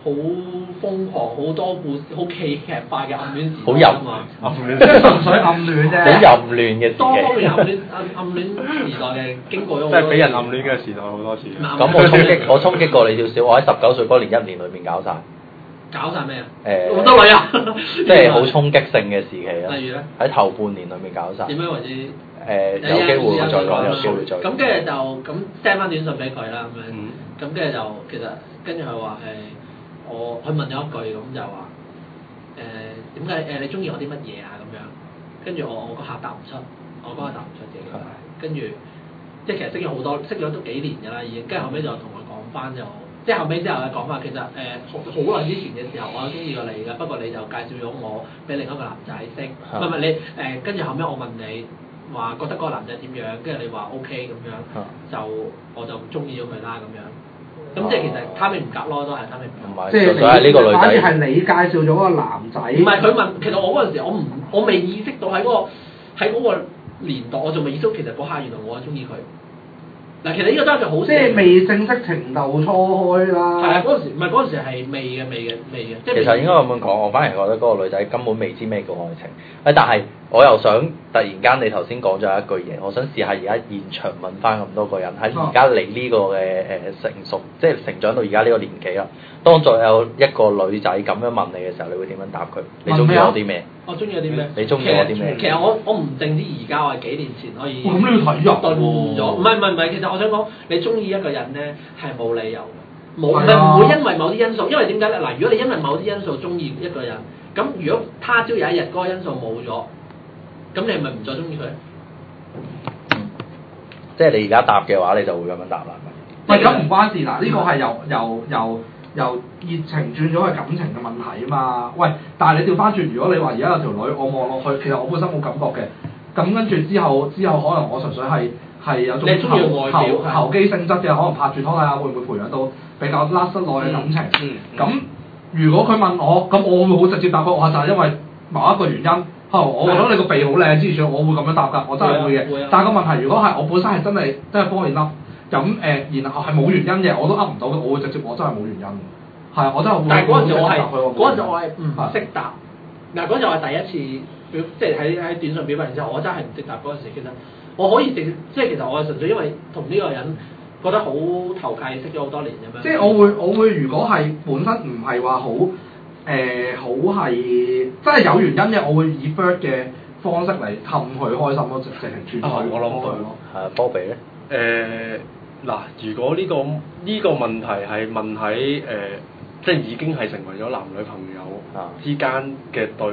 好瘋狂，好多故事，好戲劇化嘅暗戀時
好
代啊嘛！
啊
即係純粹暗戀
好淫
啫。
亂嘅自
多方面暗戀
己。
暗暗戀時代嘅經過咗
即
好多
係俾人暗戀嘅時代好多次。
嗱
咁我衝擊我衝擊過你少少，我喺十九歲嗰年一年裏面搞晒，
搞晒咩啊？
誒
好多女啊！
即係好衝擊性嘅時期啦。
例如咧
喺頭半年裏面搞晒。
點樣為之？
誒有機會會再講，有機會再講。
咁跟住就咁 send 翻短信俾佢啦，咁樣
嗯。
咁跟住就其實跟住佢話誒，我佢問咗一句咁就話誒點解誒你中意我啲乜嘢啊咁樣？跟住我我個客答唔出，我嗰個答唔出嘅。跟住即係其實識咗好多，識咗都幾年㗎啦已經。跟住後尾就同佢講翻就。即係後尾之後咧講話，其實誒好好耐之前嘅時候，我有中意過你㗎，不過你就介紹咗我俾另一個男仔識，唔係唔係你誒，跟住後尾我問你話覺得嗰個男仔點樣，跟住你話 OK 咁樣，就我就中意咗佢啦咁樣。咁即係其實貪你唔夾咯，都係貪你唔
唔
夾。
係，
即係
純
你
粹係呢個
反而係
女仔。
你介紹咗個男仔。
唔係佢問，其實我嗰陣時我唔我未意識到喺嗰、個喺嗰個年代，我仲未意識到其實嗰下原來我係中意佢。嗱，其實呢個都係一件好事
即係未啊正式情竇初開啦。
係啊，嗰陣時唔係嗰陣時係未嘅未嘅未嘅，即係
其
未
實應該咁樣講，我反而覺得嗰個女仔根本未知咩叫愛情。誒，但係我又想突然間你頭先講咗一句嘢，我想試下而家現場問翻咁多個人，喺而家你呢個嘅誒成熟，即係成長到而家呢個年紀啦。當再有一個女仔咁樣問你嘅時候，你會點樣答佢？你中
啊
意我啲咩？
我中意有啲咩？
你中意我啲咩
其實其實我我唔淨止而家，我係幾年前可以
哇咁你要睇人喎
頓悟咗。唔係唔係唔係，其實我想講，你中意一個人咧係冇理由嘅，冇
係啊
唔會因為某啲因素，因為點解咧？嗱，如果你因為某啲因素中意一個人，咁如果他朝有一日嗰個因素冇咗，咁你係咪唔再中意佢？
即係你而家答嘅話，你就會咁樣答啦。
唔係咁唔關事
嗯
嗱，呢個係由由由由熱情轉咗去感情嘅問題啊嘛。喂，但係你調翻轉，如果你話而家有條女，我望落去，其實我本身冇感覺嘅。咁跟住之後，之後可能我純粹係係有
你中意
種
外
投
表
投
係
投機性質嘅，可能拍住拖睇下會唔會培養到比較 last 得耐嘅感情。咁、
嗯嗯
如果佢問我，咁我會好直接答佢，我就係因為某一個原因，可能我覺得你個鼻好靚之類，我會咁樣答㗎，我真係會
會啊會啊
嘅。但係個問題，如果係我本身係真係真係 fall in love，咁誒、然後係冇原因嘅，我都噏唔到嘅，我會直接我真係冇原因嘅。係啊，我真係會。
但係嗰陣時我係
會
嗰陣時
直接答佢
我係唔
嗯
識答。嗱嗰陣我係第一次表，即係喺喺短信表白完之後，我真係唔識答嗰陣時。其實我可以直接，即係其實我係純粹因為同呢個人覺得好投契，識咗好多年咁樣。
即係我會，我會如果係本身唔係話好誒，好係真係有原因嘅，我會以 bird 嘅方式嚟氹佢開心咯，直直情轉
啊
佢。
我諗到
咯。
係波比咧，
誒嗱，如果呢、個呢、個問題係問喺誒、即係已經係成為咗男女朋友
啊
之間嘅對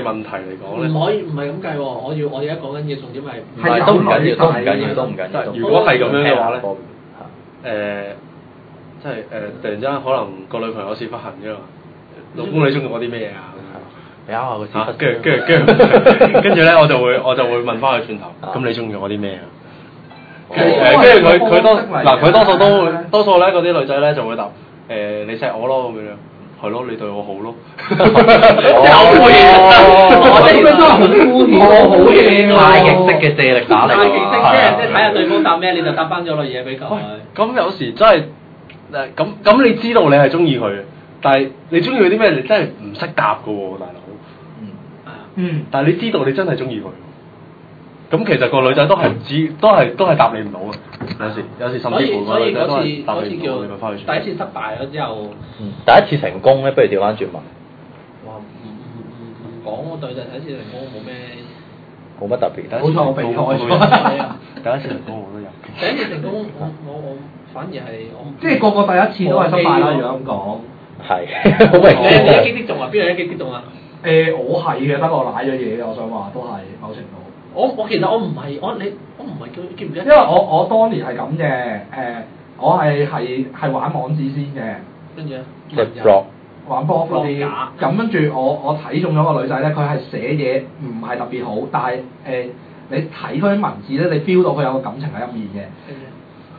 嘅問題嚟講咧，
唔可以唔係咁計喎，我要我而家講緊嘅重點係
唔
係
係
有
都唔緊要，
女
都唔
仔
緊要，
嘅
都唔緊要。都唔緊要
如果係咁樣嘅話咧
波比嚇
誒、即係誒、突然之間可能個女朋友屎忽痕啫嘛，老公你中意我啲咩啊？
你啱下個屎忽
嚇
先
跟住跟住跟住跟住咧，我就會我就會問翻佢轉頭，
啊
咁你中意我啲咩啊？
哦
跟住誒跟住佢佢多嗱佢多數都會多數咧嗰啲女仔咧就會答誒你錫我咯咁樣，係咯你對我好咯，
哦
哦我哋
真係好敷衍，我好嘢
啊
喎
太極式嘅借力打力
太
喎，
極式即係
啊
係
即係睇下對方答咩，你就答翻咗類嘢俾佢。
咁有時真係誒咁咁你知道你係中意佢嘅，但係你中意佢啲咩你真係唔識答嘅喎大佬，
嗯
係啊
嗯。
但係你知道你真係中意佢，咁其實個女仔都係唔知，都係都係答你唔到嘅。有時有時甚
所
至乎
以
個
所
女
以
仔
嗰次
都係答
嗰
你
次
唔到，你咪翻去
叫第一次失敗咗之後，
第一次成功咧，不如調翻轉問，
哇唔唔唔講我對就第一次成功冇咩，
冇乜特別。
第一次
好彩我避開咗
第一次成功我都有。
第一次成功我我我反而係我唔
即係個個第一次都係失敗啦，
啊
如果
係， 好明
你你
顯
一
嘅。
擊擊中啊？邊樣一擊擊中啊？
咁講，誒呃我係嘅，得我賴咗嘢嘅，我想話都係某程度。
我我其實我唔係我你我唔係叫記唔記得？
因為我我當年係咁嘅，誒、我係係係玩網址先嘅，
跟住啊
即係 block
玩 blog 嗰
網
啲
架，
咁跟住我我睇中咗個女仔咧，佢係寫嘢唔係特別好，但係誒、呃你睇佢啲文字咧，你 feel 到佢有個感情喺入面嘅，
跟住啊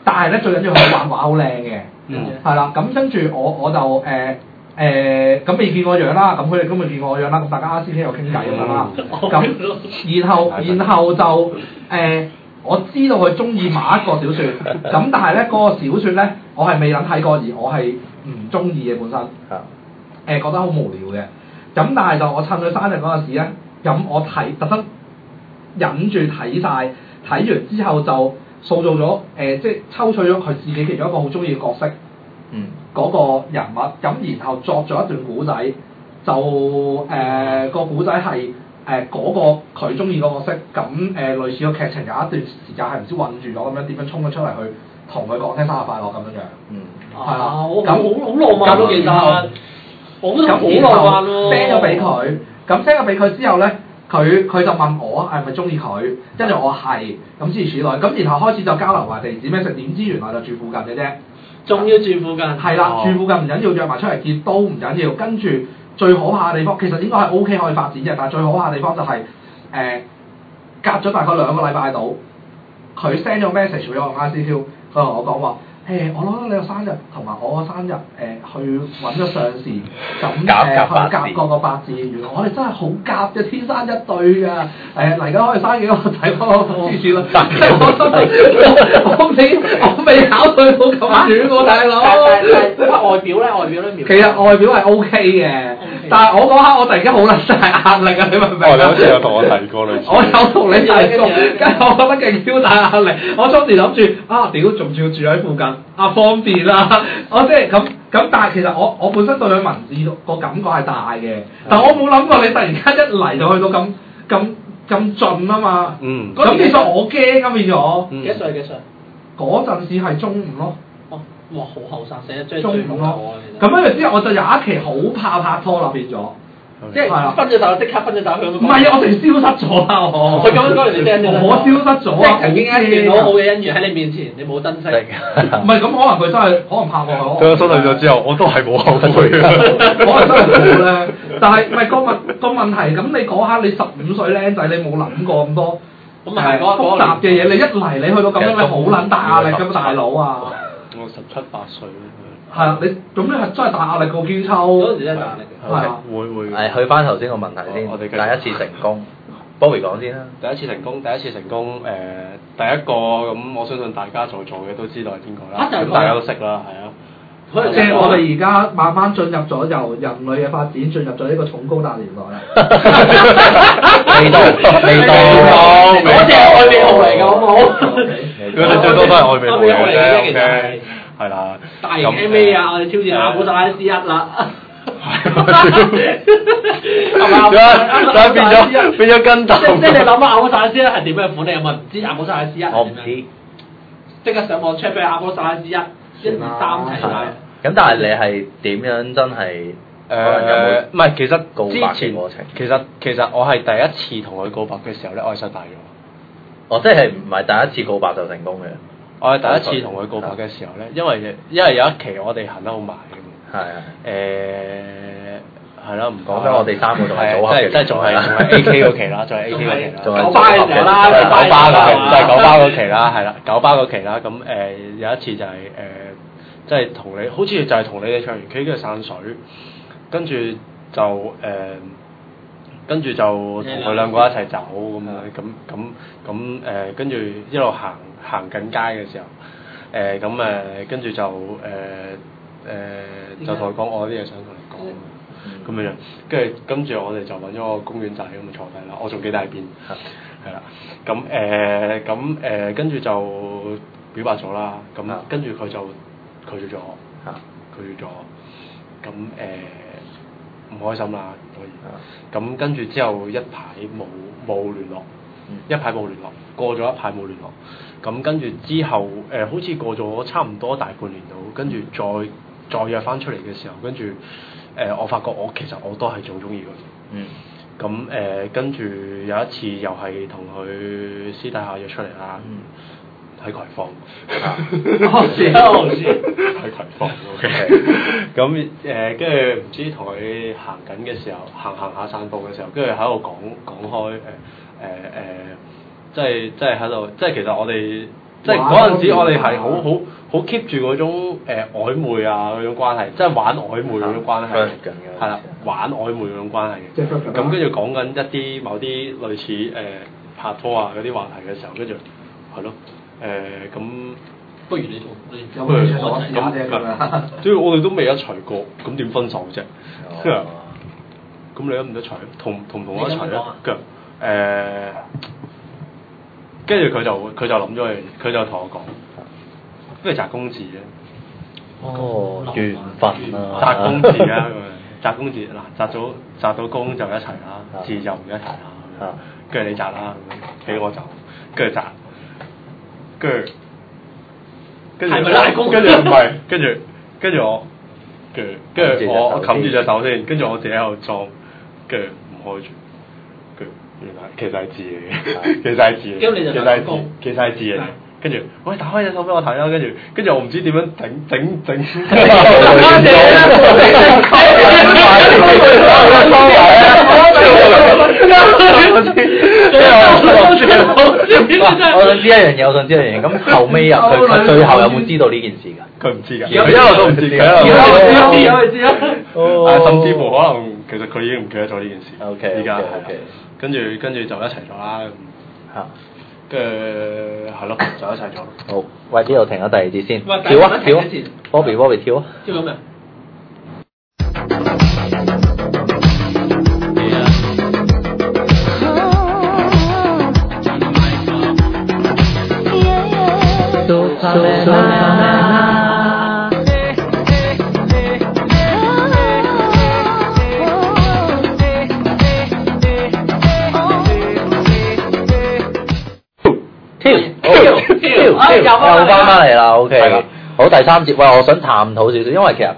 但係咧最緊要佢畫畫好靚嘅，
嗯
係啦，咁跟住我我就誒。誒咁未見過樣啦，咁佢哋都未見過我樣啦，咁大家先喺度傾偈咁樣啦，咁然後然後就誒、我知道佢中意某一個小説，咁但係咧嗰個小説咧，我係未諗睇過，而我係唔中意嘅本身，誒、
嚇，
覺得好無聊嘅，咁但係就我趁佢生日嗰陣時咧，咁我睇特登忍住睇晒，睇完之後就塑造咗誒、即係抽取咗佢自己其中一個好中意嘅角色。
嗯，
嗰個人物，咁然後作咗一段古仔，就誒、個古仔係誒嗰個佢中意嗰個色，咁誒、類似個劇情有一段時間係唔知困住咗咁樣，點樣衝咗出嚟去同佢講聲生日快樂咁樣樣。
嗯，
係啦
啊，我
咁
好好浪漫咯，其
咁然後
實我覺得
咁然
好浪漫
後
咯
send 咗俾佢，咁 send 咗俾佢之後咧，佢佢就問我啊係咪中意佢，跟住我係，咁諸如此類，咁然後開始就交流埋地址咩食，點知原來就住附近嘅啫。
仲要住附近，係
係啦
哦，
住附近唔緊要，約埋出嚟見都唔緊要。跟住最可怕嘅地方，其實應該係呃 O K 可以發展嘅，但係最可怕嘅地方就係、誒、隔咗大概兩個禮拜度，佢 send 咗 message 俾我 I C Q，佢同我講話。誒、我攞咗你個生日同埋我個生日誒、去揾咗上士，咁誒、呃
夾夾八字
去夾過個八字，原來我哋真係好夾嘅，天生一對㗎。哎誒嚟緊可以生幾個仔，
哦
我黐線啦！真係我心諗我我未我未考慮到咁遠喎，大佬。
但係但係外表咧，外表咧描述
其實外表係 O K 嘅，但係我嗰刻我突然間好撚大壓力啊！你明唔明
哦，你
啊
好？似有同我提過類似。
我有同你提過，
跟住
跟住我覺得勁超大壓力。我當時諗住啊，屌仲要住喺附近，啊 方便啦、我即係咁咁，但係其實我我本身對佢文字個感覺係大嘅，但我冇諗過你突然間一嚟就去到咁咁咁盡啊嘛。
嗯
咁其實我驚啊變咗，
嗯
幾多歲幾多歲？
嗰陣時係中午咯。
哦，哇，好後生，寫一追
中
追
午
唔到
咯
我啊，其實。
咁跟住之後我就有一期好怕拍拖啦，變咗，
即係啊分咗手，即刻分咗手，佢咁
唔
講
係啊，我哋消失咗啦，我
嗯佢咁樣講完你真係
我消失咗
即
啊，
係曾經一段好好嘅姻緣喺你面前，你冇珍惜。 啊
唔係咁，可能佢真係可能拍過我，
佢我失去咗之後，我都係冇後悔嘅。
可能真係冇咧。但係唔係個問個問題咁？你嗰下你十五歲僆仔，你冇諗過咁多
咁啊係
誒
嗰
複雜嘅嘢，你一嚟你去到咁樣，你好撚大壓力咁，大佬啊！
我十七八歲
係啊，你咁你係真係大壓力過肩
嗰陣
抽
時，真係大力嘅。
係啊。
會會。
誒，去翻頭先個問題
我我哋繼
先，
續
第一次成功，Bobby 講先啦。
第一次成功，第一次成功，誒、第一個咁，我相信大家在座嘅都知道係邊個啦
啊，就係
咁
佢
大家都識啦，係啊。
可能
即係我哋而家慢慢進入咗由人類嘅發展進入咗呢個重高達年 代啦。
未到，未到，
未到
嗰隻係外面號嚟嘅， 好冇？
佢哋最多都係外面無
外面
嘅啫
無嘅啫其實係
，OK，係啦。
大型
咁
M A 啊，我哋挑戰阿古特拉斯一啦。 係咪
而家 變咗變咗跟
即
頭。
即係你諗下阿古特拉斯一係點樣款？你有冇唔知阿古特拉斯一？
我唔知。。
即刻上網 check 俾阿古特拉斯一，一至三齊
係
晒。
咁但係你係點樣真係？
誒唔係，其實
告白
之
嘅
前
過程
其實其實我係第一次同佢告白嘅時候咧，我係失敗咗。
我即係唔係第一次告白就成功嘅？
我係第一次同佢告白嘅時候咧，因為因為有一期我哋行得好埋嘅嘛。
係係。
誒係啦，唔
講緊我哋三個仲係組合
係即係仲係仲係 A K 嗰期啦，仲係 A K 嗰期啦，
仲係
九巴嘅時候啦，
仲係
九巴嗰期，就係九巴
嗰
嗰期啦，係啦，九巴嗰期啦。咁誒、有一次就係、誒、即係同你，好似就係同你哋唱完 K 跟住散水，跟住就誒。跟住就同佢兩個一齊走咁樣，咁咁咁誒，跟住一路行行緊街嘅時候，誒咁誒，跟住就誒誒，就同佢講我有啲嘢想同你講。
啊
咁樣樣，跟住跟住我哋就揾咗個公園仔咁就坐低啦，我仲記得喺邊，係啦。咁誒咁誒，跟住就表白咗啦。咁
啊
跟住佢就拒絕咗我，
嚇
拒絕咗我。咁誒唔開心啦，
啊
當然。咁跟住之後一排冇冇聯絡，
嗯
一排冇聯絡，過咗一排冇聯絡。咁跟住之後誒、呃好似過咗差唔多大半年度，跟住再再約翻出嚟嘅時候，跟住誒我發覺我其實我都係仲中意佢。
嗯
咁誒、跟住有一次又係同佢私底下約出嚟啦
嗯，
喺葵芳，
啊
啊
哦是哦是
喺葵 芳，OK。咁誒，跟住唔知同佢行緊嘅時候，行行下散步嘅時候，跟住喺度講講開誒誒誒，即係即係喺度，即係其實我哋即係嗰陣時，我哋係好好好 keep 住嗰種誒曖昧啊嗰種關係，即係玩曖昧嗰種關係
Flirt 緊嘅，
係啦，玩曖昧嗰種關係嘅。
即係 flirt 緊啦
咁跟住講緊一啲某啲類似誒、呃拍拖啊嗰啲話題嘅時候，跟住係咯誒咁。
不如你同你
有
咁
冇
佢
去廁所試下啫咁樣？
即係我哋都未一齊過，咁點分手啫？跟住
哦
咁你一唔一齊？同同唔同我一齊
你咁
咧
講啊？
跟住誒，跟住佢就佢就諗咗嚟，佢就同我講，不如摘公子咧，
哦，緣分啊，
摘公子 啦咁樣，摘公子嗱，摘咗摘到公就一齊
啊
啦，字就唔一齊啦咁樣
啊，
跟住你摘啦，咁樣俾我走，跟住摘，跟住跟住
係咪拉弓
跟住唔係，跟住跟住我，跟住跟
住隻
住我
手
我冚住
先
隻手先，跟住我自己喺度裝，跟住唔開住，跟住原來其實係字嚟嘅， 其實係字嚟
咁你就
嘅，其實係
兩公
字，其實係字嚟
係
嘅。跟住，喂，打開隻手俾我睇啊啦！跟住，跟住我唔知點樣整整 整，
我想知一樣嘢，我想知一樣嘢。咁後尾啊，佢佢最後有冇知道呢件事㗎？
佢唔知㗎，佢一路都唔知，佢一路都唔知。
有 有知啊！
哦
啊，甚至乎可能其實佢已經唔記得咗呢件事。
OK，OK，
依家
OK
跟住跟住就一齊咗啦，咁
嚇，
跟住係咯，就一齊
哦
咗咯。
好，喂，呢度停咗第二節先，
喂
跳啊
等
跳
等
啊
等先
，Bobby Bobby 跳啊，
知唔知咩？跳
跳跳
哎又返
啊又翻翻嚟啦
係啦
，OK，好第三節，喂，我想探討少少，因為其實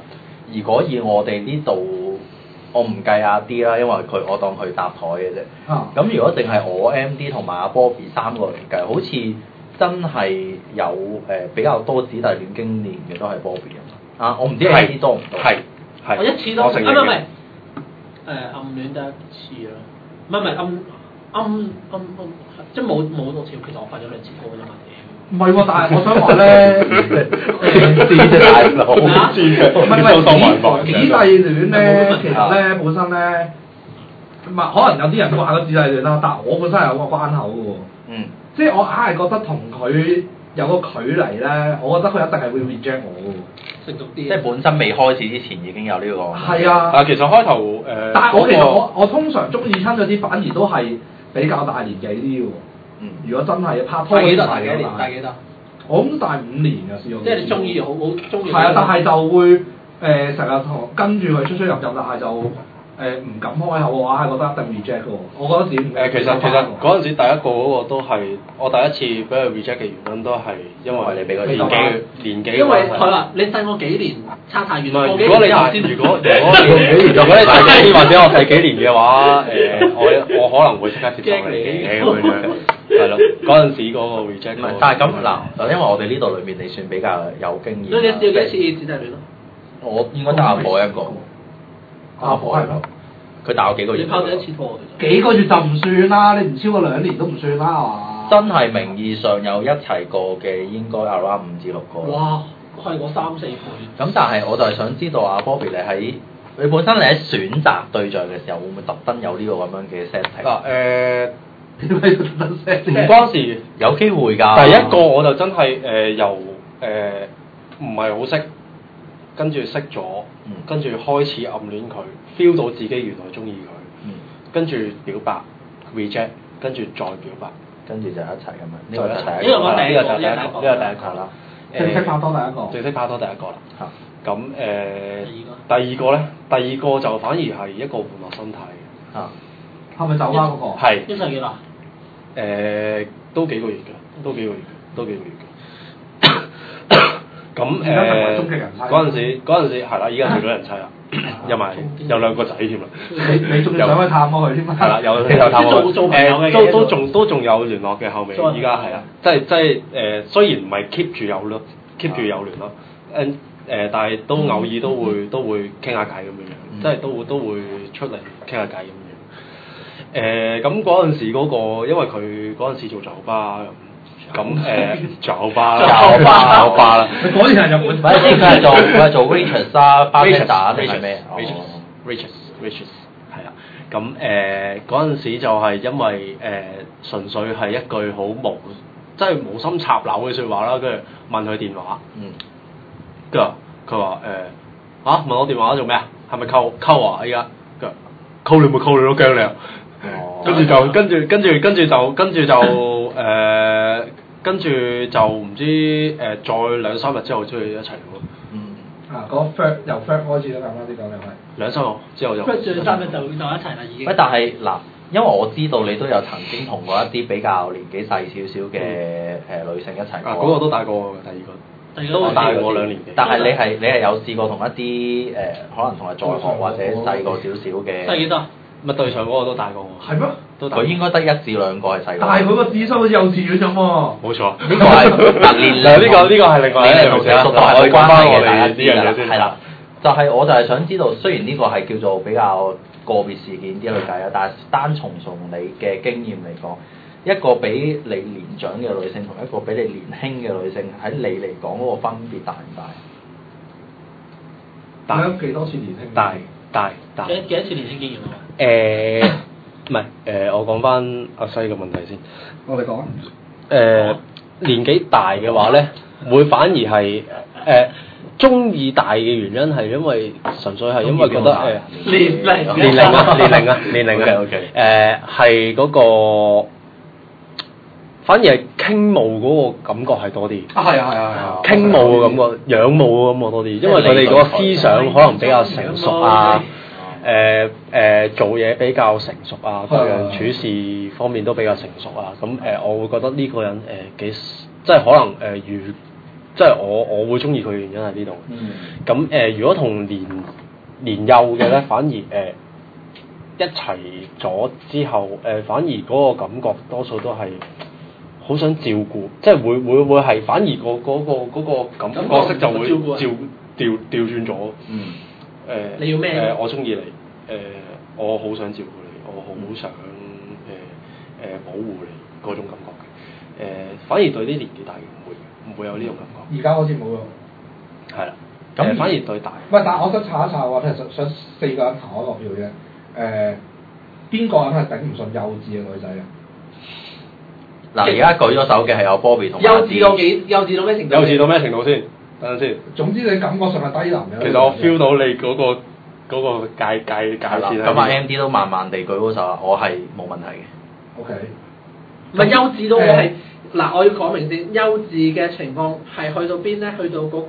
如果以我哋呢度，我唔計阿 D 啦，因為佢我當佢搭台嘅啫。
啊
咁如果淨係我 M D 同埋阿 Bobby 三個嚟計，好似真係有誒、呃比較多子弟戀經驗嘅都係 Bobby 啊嘛。啊，我唔知 M D 多唔多？
係係。
我一次都
我
唔
承
係
認
唔係唔係
嘅，
誒暗戀得一次啦，唔係唔係暗暗暗暗，即係冇冇六次，其實我發咗兩次歌啫嘛。
唔係喎，但係我想話咧，
知啫大佬
我唔知嘅，
唔係唔
我當埋
係
房
子子弟戀咧，其實咧本身咧，唔係可能有啲人都話咗子弟戀啦，但係我本身係有個關口嘅喎，
嗯，
即係我硬係覺得同佢有個距離咧，我覺得佢一定係會 reject 我嘅喎。
成熟啲，
即係本身未開始之前已經有呢個。
係啊，
但其實開頭誒，呃
但係我其實
嗰個
我我通常中意親嗰啲，反而都係比較大年紀啲嘅喎。
嗯
如果真係拍拖
大幾
嗰啲
多？
大
大幾多
嘅
年？大幾多？
我諗大五年嘅試過。
即係你中意好好中意。
係啊，但係就會誒成日同跟住佢出出入入，但係就誒呃唔敢開口嘅話，係覺得一定 reject 嘅喎。我覺得自己唔
誒呃其實其實嗰陣時第一個嗰個都係我第一次俾佢 reject 嘅原因都係因為
因為你俾佢
年紀年紀嘅
因為
關係
佢話你細我幾年，差太遠。
原來
過
如果你大
大，
如果如果如果你大幾年或者我細幾年嘅話，誒 我我可能會即刻接受你嘅咁樣，係咯，嗰陣時嗰個 reject
唔
嗰
係
個。，
但係咁嗱，就因為我哋呢度裏面你算比較有經驗
所
啦。
以你試過幾
即係
次子弟戀啊？
我應該得阿婆一個，
阿婆係咯，
佢大我幾個月。
你拍咗一次拖其實。
幾個月就唔算啦，你唔超過兩年都唔算啦，係嘛？
真係名義上有一齊過嘅，應該 around 五至六個。
哇！係我三四倍。
咁但係我就係想知道啊，Bobby 你喺你本身你喺選擇對象嘅時候，會唔會特登有呢個咁樣嘅 setting？
嗱誒
點解要特登
唔
set
關事嘅。
有機會㗎。
第一個我就真係誒、呃由誒唔係好識，跟住識咗
嗯，
跟住開始暗戀佢，feel 到自己原來中意佢，
嗯
跟住表白 reject，跟住再表白。
跟住就一齊咁樣，呢
就
個
一
就
齊
係
呢個我
呢
第一
個
個
就係第一個，呢個第一個啦。
正式拍
誒
拖第一個，
正式拍拖第一個啦。
嚇
咁誒，第二個咧，第二個就反而係一個玩樂心態嘅
嚇
係咪走啦嗰個？
係
一齊幾耐？
誒，都幾個月㗎，都幾個月㗎，都幾 個月㗎。咁
而家咪為終極
誒
人妻啊
嗰陣時，嗰陣時係啦，依家做咗人妻啦，有埋有兩個仔添啦。
你你仲要上去探我佢添啊？
係啦，有有探
即係做
我，
做朋友嘅
誒
嘢
都
做
都仲都仲有聯絡嘅後尾，
做朋友
依家係啦，即係即係誒，雖然唔係 keep 住有咯，keep
啊
住有聯絡，嗯誒誒，但係都偶爾都
嗯
會都會傾下偈咁樣樣，即係都會都會出嚟傾下偈咁樣。誒咁嗰陣時嗰個，因為佢嗰陣時做酒吧咁，咁 誒酒吧啦
酒吧
酒吧啦。
你果然係日本。
反正佢係做佢係做 waitress 啦、bartender 定係咩？哦
Riches，Riches，Riches，係啦。咁誒嗰陣時就係因為誒、純粹係一句好無，即係無心插柳嘅説話啦，跟住問佢電話，
嗯，
跟住佢話誒嚇問我電話做咩啊？係咪溝溝啊？依家跟住溝你咪溝你咯，驚你啊！
哦
跟住就跟住跟住跟住就跟住就誒、跟住就唔知誒、再兩三日之後，中意一齊喎。
嗯，
啊，嗰 fir 由 fir 開始都咁啦，呢個你係。
兩三日之後就
跟住三日就就一齊啦，已
嗯
經
喂，。但係嗱，因為我知道你都有曾經同過一啲比較年紀細少少嘅誒女性一齊過。
啊，嗰個都大過我嘅，第二個。
第二
都
個
大我兩年嘅
但係你係你係有試過同一啲誒、可能同係在
嗯
學或者細個少少
第幾
嘅，
多？
咪對上嗰個都大過我，
係咩？
都大過
佢
我。
應該得一至兩個係細個。
但係佢個智商好似幼稚園咁喎。
冇錯，
呢個係 嗱年齡
呢個呢個係另外一樣
同
嘢啦
成熟度係
我
冇
哋
關係
關翻
嘅，
我
大家
哋呢
知㗎
樣
啦
嘢先。
係啦，就係我就係想知道，雖然呢個係叫做比較個別事件啲去計啦，但係單從從你嘅經驗嚟講，一個比你年長嘅女性同一個比你年輕嘅女性，喺你嚟講嗰個分別大唔大？
大
你有幾多次年輕？
大大大。
幾幾多次年輕經驗啊？
誒，唔係誒，我講翻阿西嘅問題先。
我哋講啊。
誒、年紀大嘅話咧，會反而係誒中意大嘅原因係因為純粹係因為覺得誒、
年齡
年齡啊年齡啊年齡啊
OK，OK
誒係嗰個反而係傾慕嗰個感覺係多啲。
啊係啊係啊係啊。
傾慕嘅感覺，仰慕嘅感覺多啲，因為佢哋嗰個思想可能比較成熟啊，誒誒、做嘢比較成熟啊，各樣處事方面都比較成熟啊，咁誒、我會覺得呢個人誒、幾即係可能誒、如即係我我會中意佢嘅原因喺呢度。
嗯，
咁誒、呃如果同年年幼嘅 咧，反而誒、一齊咗之後，誒、反而嗰個感覺多數都係好想照顧，即係會會會係反而個嗰、個嗰、個感
感覺
角色就會
照顧啊
照調調轉咗。
嗯，
誒、
你要咩啊
誒、我中意你。誒、我好想照顧你，我好想誒誒、呃保護你嗰種感覺嘅。誒、呃反而對啲年紀大嘅唔會嘅，唔會有呢種感
嗯
而家好似冇咯。
覺。係啦，咁、
咁
反而對大。
喂，但係我想查一查喎，其實想想四個人投一個票啫。誒，邊個人係頂唔順幼稚嘅女仔啊？
嗱而家舉咗手嘅係有 Bobby 同 埋
幼稚到幾？幼稚到咩程度？
幼稚到咩程度先？等陣先。
總之你感覺上係低能嘅。
其實我 feel 到你嗰、個嗰、個界界界
係啦
線
咁啊
喺邊
M D 都慢慢地舉高手啊，我係冇問題嘅。
O K。
唔係幼稚到我
啊
係嗱，我要講明先，幼稚嘅情況係去到邊咧？去到嗰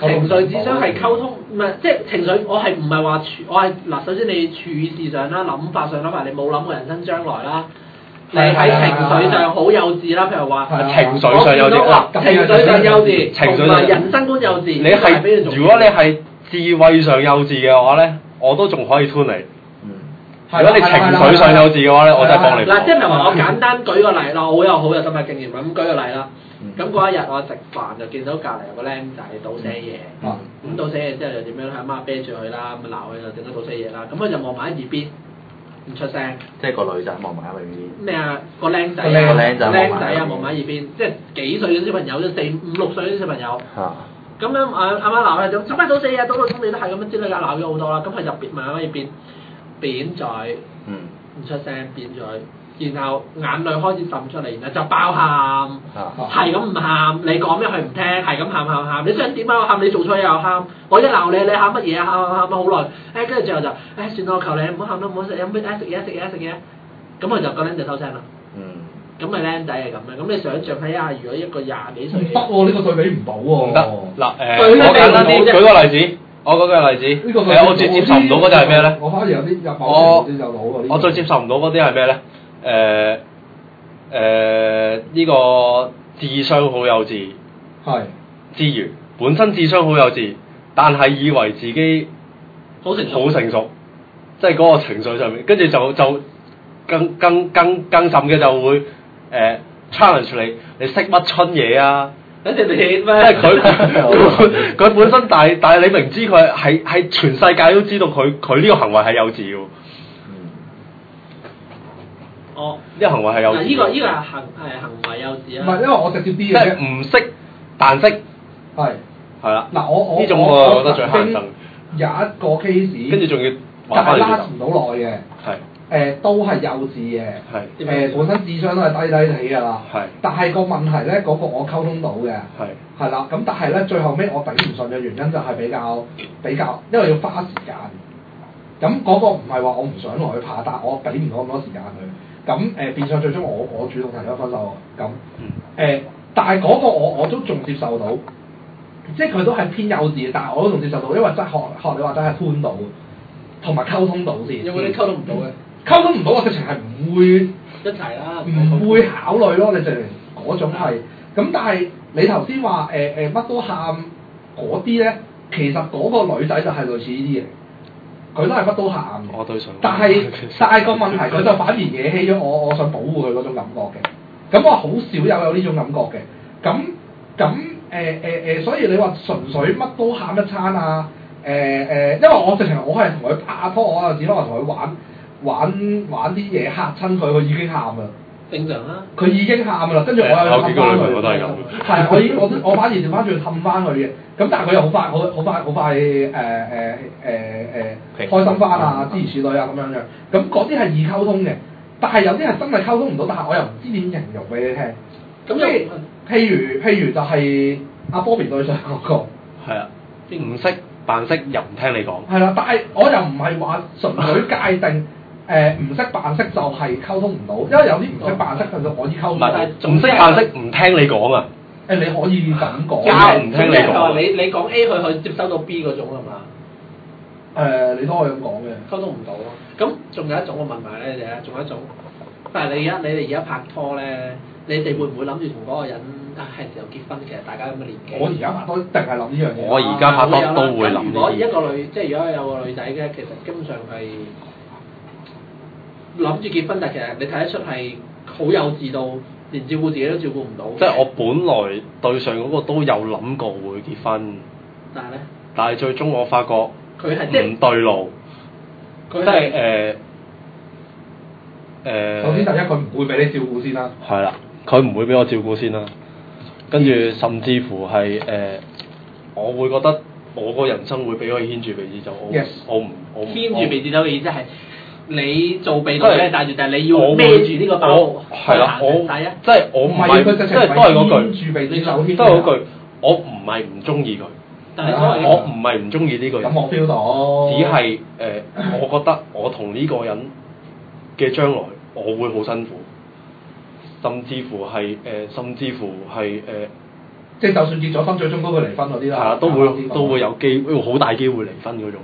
個情緒智商係溝通，唔係即係情緒，我係唔係話處我係嗱？首先你處事上啦、諗法上啦，埋你冇諗過人生將來啦，你
啊
喺情緒上好幼稚啦，譬如話。
係啊哦
情緒上有啊啲啦。
情緒上幼稚，
情緒
同
上
埋人生觀幼稚。
你
啊
呢個係非常重要
係如果你係智慧上幼稚嘅話咧，我都仲可以 turn 你。
嗯，
如果你情緒上幼稚嘅話咧，我真係幫你唔到。
嗱，即係譬如話我簡單舉個例啦，我好有好有深嘅經驗咁舉個例啦。咁嗰一日我食飯就見到隔離有個僆仔倒瀉嘢，
啊
咁倒瀉嘢之後就點樣咧？阿媽啤住佢啦，咁鬧佢就整咗倒瀉嘢啦。咁佢就望埋喺耳邊，唔出聲。
即係個女仔望埋喺裏面。
咩啊？個僆仔啊，
個僆
僆仔望埋
僆仔啊，望埋喺耳邊，即係幾歲嘅小朋友，即係四五六歲啲小朋友。
嚇。
咁樣阿阿媽鬧佢就做咩倒瀉嘢，倒到中你都係咁樣之類嘅鬧咗好多啦。咁佢入邊慢慢入邊扁嘴。
嗯。
唔出聲變咗，然後眼淚開始滲出嚟，然後就爆喊，
嚇。
係咁唔喊，你講咩佢唔聽，係咁喊喊喊，你想點啊？我喊你做錯嘢又喊，我一鬧你你喊乜嘢啊？喊喊喊咗好耐，誒跟住最後就誒、算啦，我求你唔好喊啦，唔好食飲杯誒食嘢食嘢食嘢，咁佢就個僆仔收聲啦。
嗯，
咁咪僆仔係咁嘅，咁你想象睇下，如果一個廿幾歲
唔
嘅
得喎，呢個對比唔到喎。
唔得
哦
嗱誒，
對呢
我簡單
個
啲
地
舉
方
個例子，我舉個例子，
呢個
誒我最接受唔到嗰就係咩咧？
我反而有啲有某程度接受到喎。呢個
我最接受唔到嗰啲係咩咧？誒誒呢個智商好幼稚
係
之餘，本身智商好幼稚，但係以為自己
好成熟
好成熟，即係嗰個情緒上面，跟住就就更更更更甚嘅就會誒、呃 challenge 你，你識乜春嘢啊？
一定你咩？
即係佢佢佢本身，但係但係你明知佢係係全世界都知道佢佢呢個行為係幼稚嘅喎，呢、
哦，
個行為係幼稚
嗱
嘅。
依個依個係行係行為幼稚
唔
啊。
係因為我直接啲
即
嘅
係
啫？
唔識但識
係
係啦。
嗱，我我
呢種
我
我覺得最乞人憎，
有一個 case，
跟住仲要
但
話
係
翻嚟
last
就
唔到耐嘅，
係
誒呃都係幼稚嘅，
係
誒本身智商都係低低地㗎啦，
係
但係個問題咧，嗰個我溝通到嘅。
係
係啦，咁但係咧，最後尾我頂唔順嘅原因就係比較比較，因為要花時間。咁嗰個唔係話我唔想落去拍，但係我俾唔到咁多時間佢。咁誒、呃、變相最終我我主動提咗分手喎。咁誒、
嗯
呃但係嗰個我我都仲接受到，即係佢都係偏幼稚嘅，但係我都仲接受到，因為真係學學你話真係寬到，同埋溝通到先。嗯
有冇你溝通唔到嘅？
溝通唔到，我直情係唔會。
一齊啦，
嗯
唔會考慮咯，你就連嗰種係。咁但係你頭先話誒誒乜都喊嗰啲咧，其實嗰個女仔就係類似呢啲嘢，佢都係乜都喊嘅。
我對上
但 係但係個問題，佢就反而惹起咗我，我想保護佢嗰種感覺嘅。咁我好少有有呢種感覺嘅。咁咁誒誒誒，所以你話純粹乜都喊一餐啊？誒、誒、因為我直情我係同佢拍拖，我就只不過同佢玩玩玩啲嘢嚇親佢，佢已經喊啦。
正常啦。
佢已經喊啦，跟住我又
有
氹
幾
翻
個女
佢
朋友，都係咁啊
係啊我已我都我反而調翻轉氹翻佢嘅，咁但係佢又好快，好好快好快誒誒誒誒
平
開心翻啊，諸如此類啊咁樣樣，咁嗰啲係易溝通嘅，但係有啲係真係溝通唔到，但係我又唔知點形容俾你聽，
咁
即係
又
譬如譬如就係阿 Bobby 對上嗰個。
係啊，唔識但識又唔聽你講，
係啦，但係我又唔係話純粹界定誒唔識扮識就係溝通唔到，因為有啲唔識扮識就我以溝
哦
通
唔
到。
係唔識但識唔聽你講啊，
誒，你可以咁講。
教唔聽你講
就話你你講 A 佢佢接收到 B 嗰種係嘛？
誒、你都可以咁講嘅。
溝通唔到啊！咁仲有一種我問埋咧，你哋仲有一種，但係你而家你哋而家拍拖咧，你哋會唔會諗住同嗰個人啊係時候結婚？其實大家咁嘅年紀，
我而家拍拖一定係諗呢樣嘢。
我
À,
而家拍拖都會諗
如
呢
果
啲
一
嘢
個女，即係如果有個女仔嘅，其實根本上係諗住結婚，但其實你睇得出係好幼稚到連照顧自己都照顧唔到嘅。
即係我本來對上嗰個都有諗過會結婚，
但係咧，
但係最終我發覺
佢係即係
唔對路，即
佢
係呃
係
誒誒。
首先第一，佢唔會俾你照顧先啦。
係啦，佢唔會俾我照顧先啦，跟住甚至乎係誒、呃我會覺得我個人生會俾佢牽住鼻子走，我
Yes
我唔我唔
牽住鼻子走嘅意思係。你做被
即
動
係
咧，但係但係你要
我會
孭住呢個包
我係啦，我
但係啊，
即係我唔
佢
係
直
即
情
係都係嗰句，
牽住鼻子手牽
都係嗰句，我唔係唔中意佢，
但係所謂嘅
我唔係唔中意呢個人
咁，我 feel 到。
只係誒、呃我覺得我同呢個人嘅將來，我會好辛苦，甚至乎係誒、呃甚至乎係誒。呃
即係就算結咗婚，最終都會離婚嗰啲
係
啦。
啊，都會都會。有機會好大機會離婚嗰種。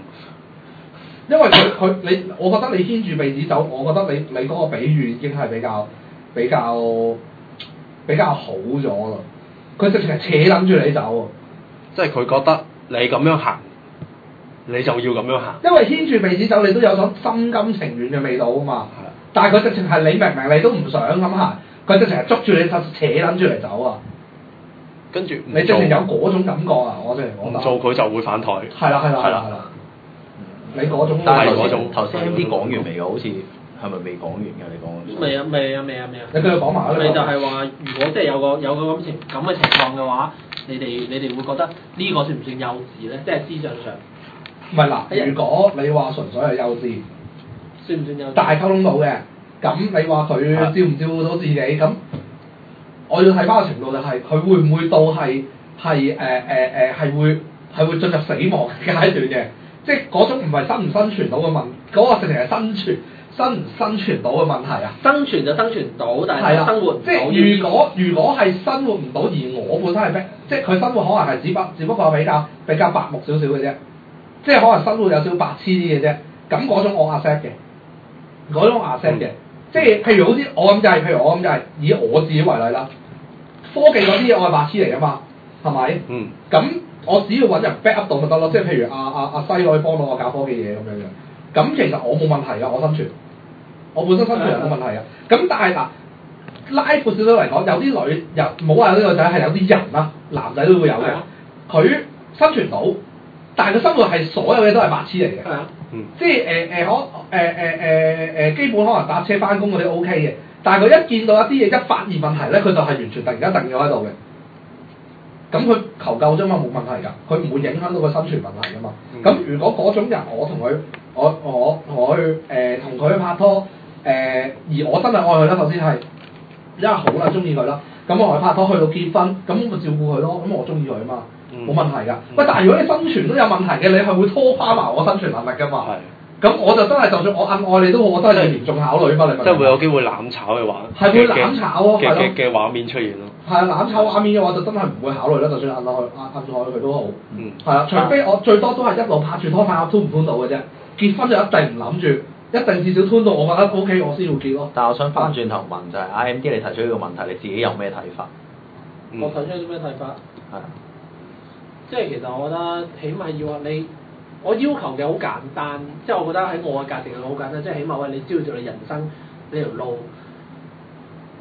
因為佢佢你，我覺得你牽住鼻子走，我覺得你你嗰個比喻已經係比較比較比較好咗啦。佢直情係扯撚住你走喎。
即係佢覺得你咁樣行，你就要咁樣行。
因為牽住鼻子走，你都有種心甘情願嘅味道啊嘛
係啊。
但係佢直情係你明明你都唔想咁行，佢直情係捉住你手扯撚住嚟走啊！
跟住唔
你直
做
情有嗰種感覺啊！我直情
唔
講得
做佢就會反台。
係啦係啦係
係啦
啦係啦，你嗰種
但係
嗰
頭
種
先頭先啲講完未㗎？好似係咪未講完㗎？你講
未啊未啊未啊未啊！
你繼續講埋啦
咪就係話，如果即係有個有個咁情咁嘅情況嘅話，你哋你哋會覺得呢個算唔算幼稚咧？即係思想上
唔係嗱？如果你話純粹係幼稚，
算唔算幼稚？
但係溝通到嘅，咁你話佢
係
照唔照顧到自己咁？我要睇翻個程度就係佢會唔會到係係誒誒誒係會係會進入死亡嘅階段嘅，即係嗰種唔係生唔生存到嘅問，嗰、個直情係生存生唔生存到嘅問題啊。
生存就生存到，但
係
係
啦，
生活唔
即
到呢
係
啲
如果如果係生活唔到，而我本身係咩？即係佢生活可能係只不只不過係比較比較白目少少嘅啫，即係可能生活有少白痴啲嘅啫。咁嗰種我 accept 嘅，嗰種我 accept
嗯
嘅，即係譬如好似我咁就係、譬如我咁就係、以我自己為例啦，科技嗰啲嘢我係白痴嚟噶嘛，係咪？
嗯，
咁我只要揾人 back up 到咪得咯，即係譬如阿阿阿西可以幫到我搞科技嘢咁樣樣，咁其實我冇問題噶，我生存，我本身生存係冇問題噶。咁但係嗱，拉闊少少嚟講，有啲女又冇話呢個仔係有啲人啦，男仔都會有嘅
係啊，
佢生存到，但係佢生活係所有嘢都係白痴嚟嘅。
係啊，
嗯，
即係誒誒可誒誒誒誒基本可能搭車翻工嗰啲 O K 嘅，但係佢一見到一啲嘢一發現問題咧，佢就係完全突然間定咗喺度嘅。咁佢求救啫嘛，冇問題㗎，佢唔會影響到佢生存問題啊㗎嘛。
嗯
咁、如果嗰種人，我同佢，我我我去誒同佢去拍拖，誒、而我真係愛佢啦，首先係，因為好啦，中意佢啦，咁我同佢拍拖去到結婚，咁我咪照顧佢咯，咁我中意佢啊嘛，
嗯
冇問題㗎。喂，但係如果你生存都有問題嘅，你係會拖垮埋我生存能力㗎嘛？
係，
咁我就真係就算我暗愛你都好，我都係要嚴重考慮嘛，你明唔啊明？
即係會有機會攬炒嘅畫，
係會
嘅
攬炒啊
嘅
係咯
嘅嘅畫面出現咯，
係啊，攬炒畫面嘅話就真係唔會考慮啦，就算暗愛暗暗愛佢都好，
嗯
係啊，除非我最多都係一路拍住拖拍拖唔拖到嘅啫，結婚就一定唔諗住，一定至少拖到我覺得 O K 我先要結咯。
但我想翻轉頭問就係 I M D 你提出呢個問題，你自己有咩睇法？
嗯
我提出啲咩睇法？
係啊
即係其實我覺得，起碼要話你，我要求嘅好簡單，即係我覺得喺我嘅價值係好簡單，即係起碼喂你知道你人生你條路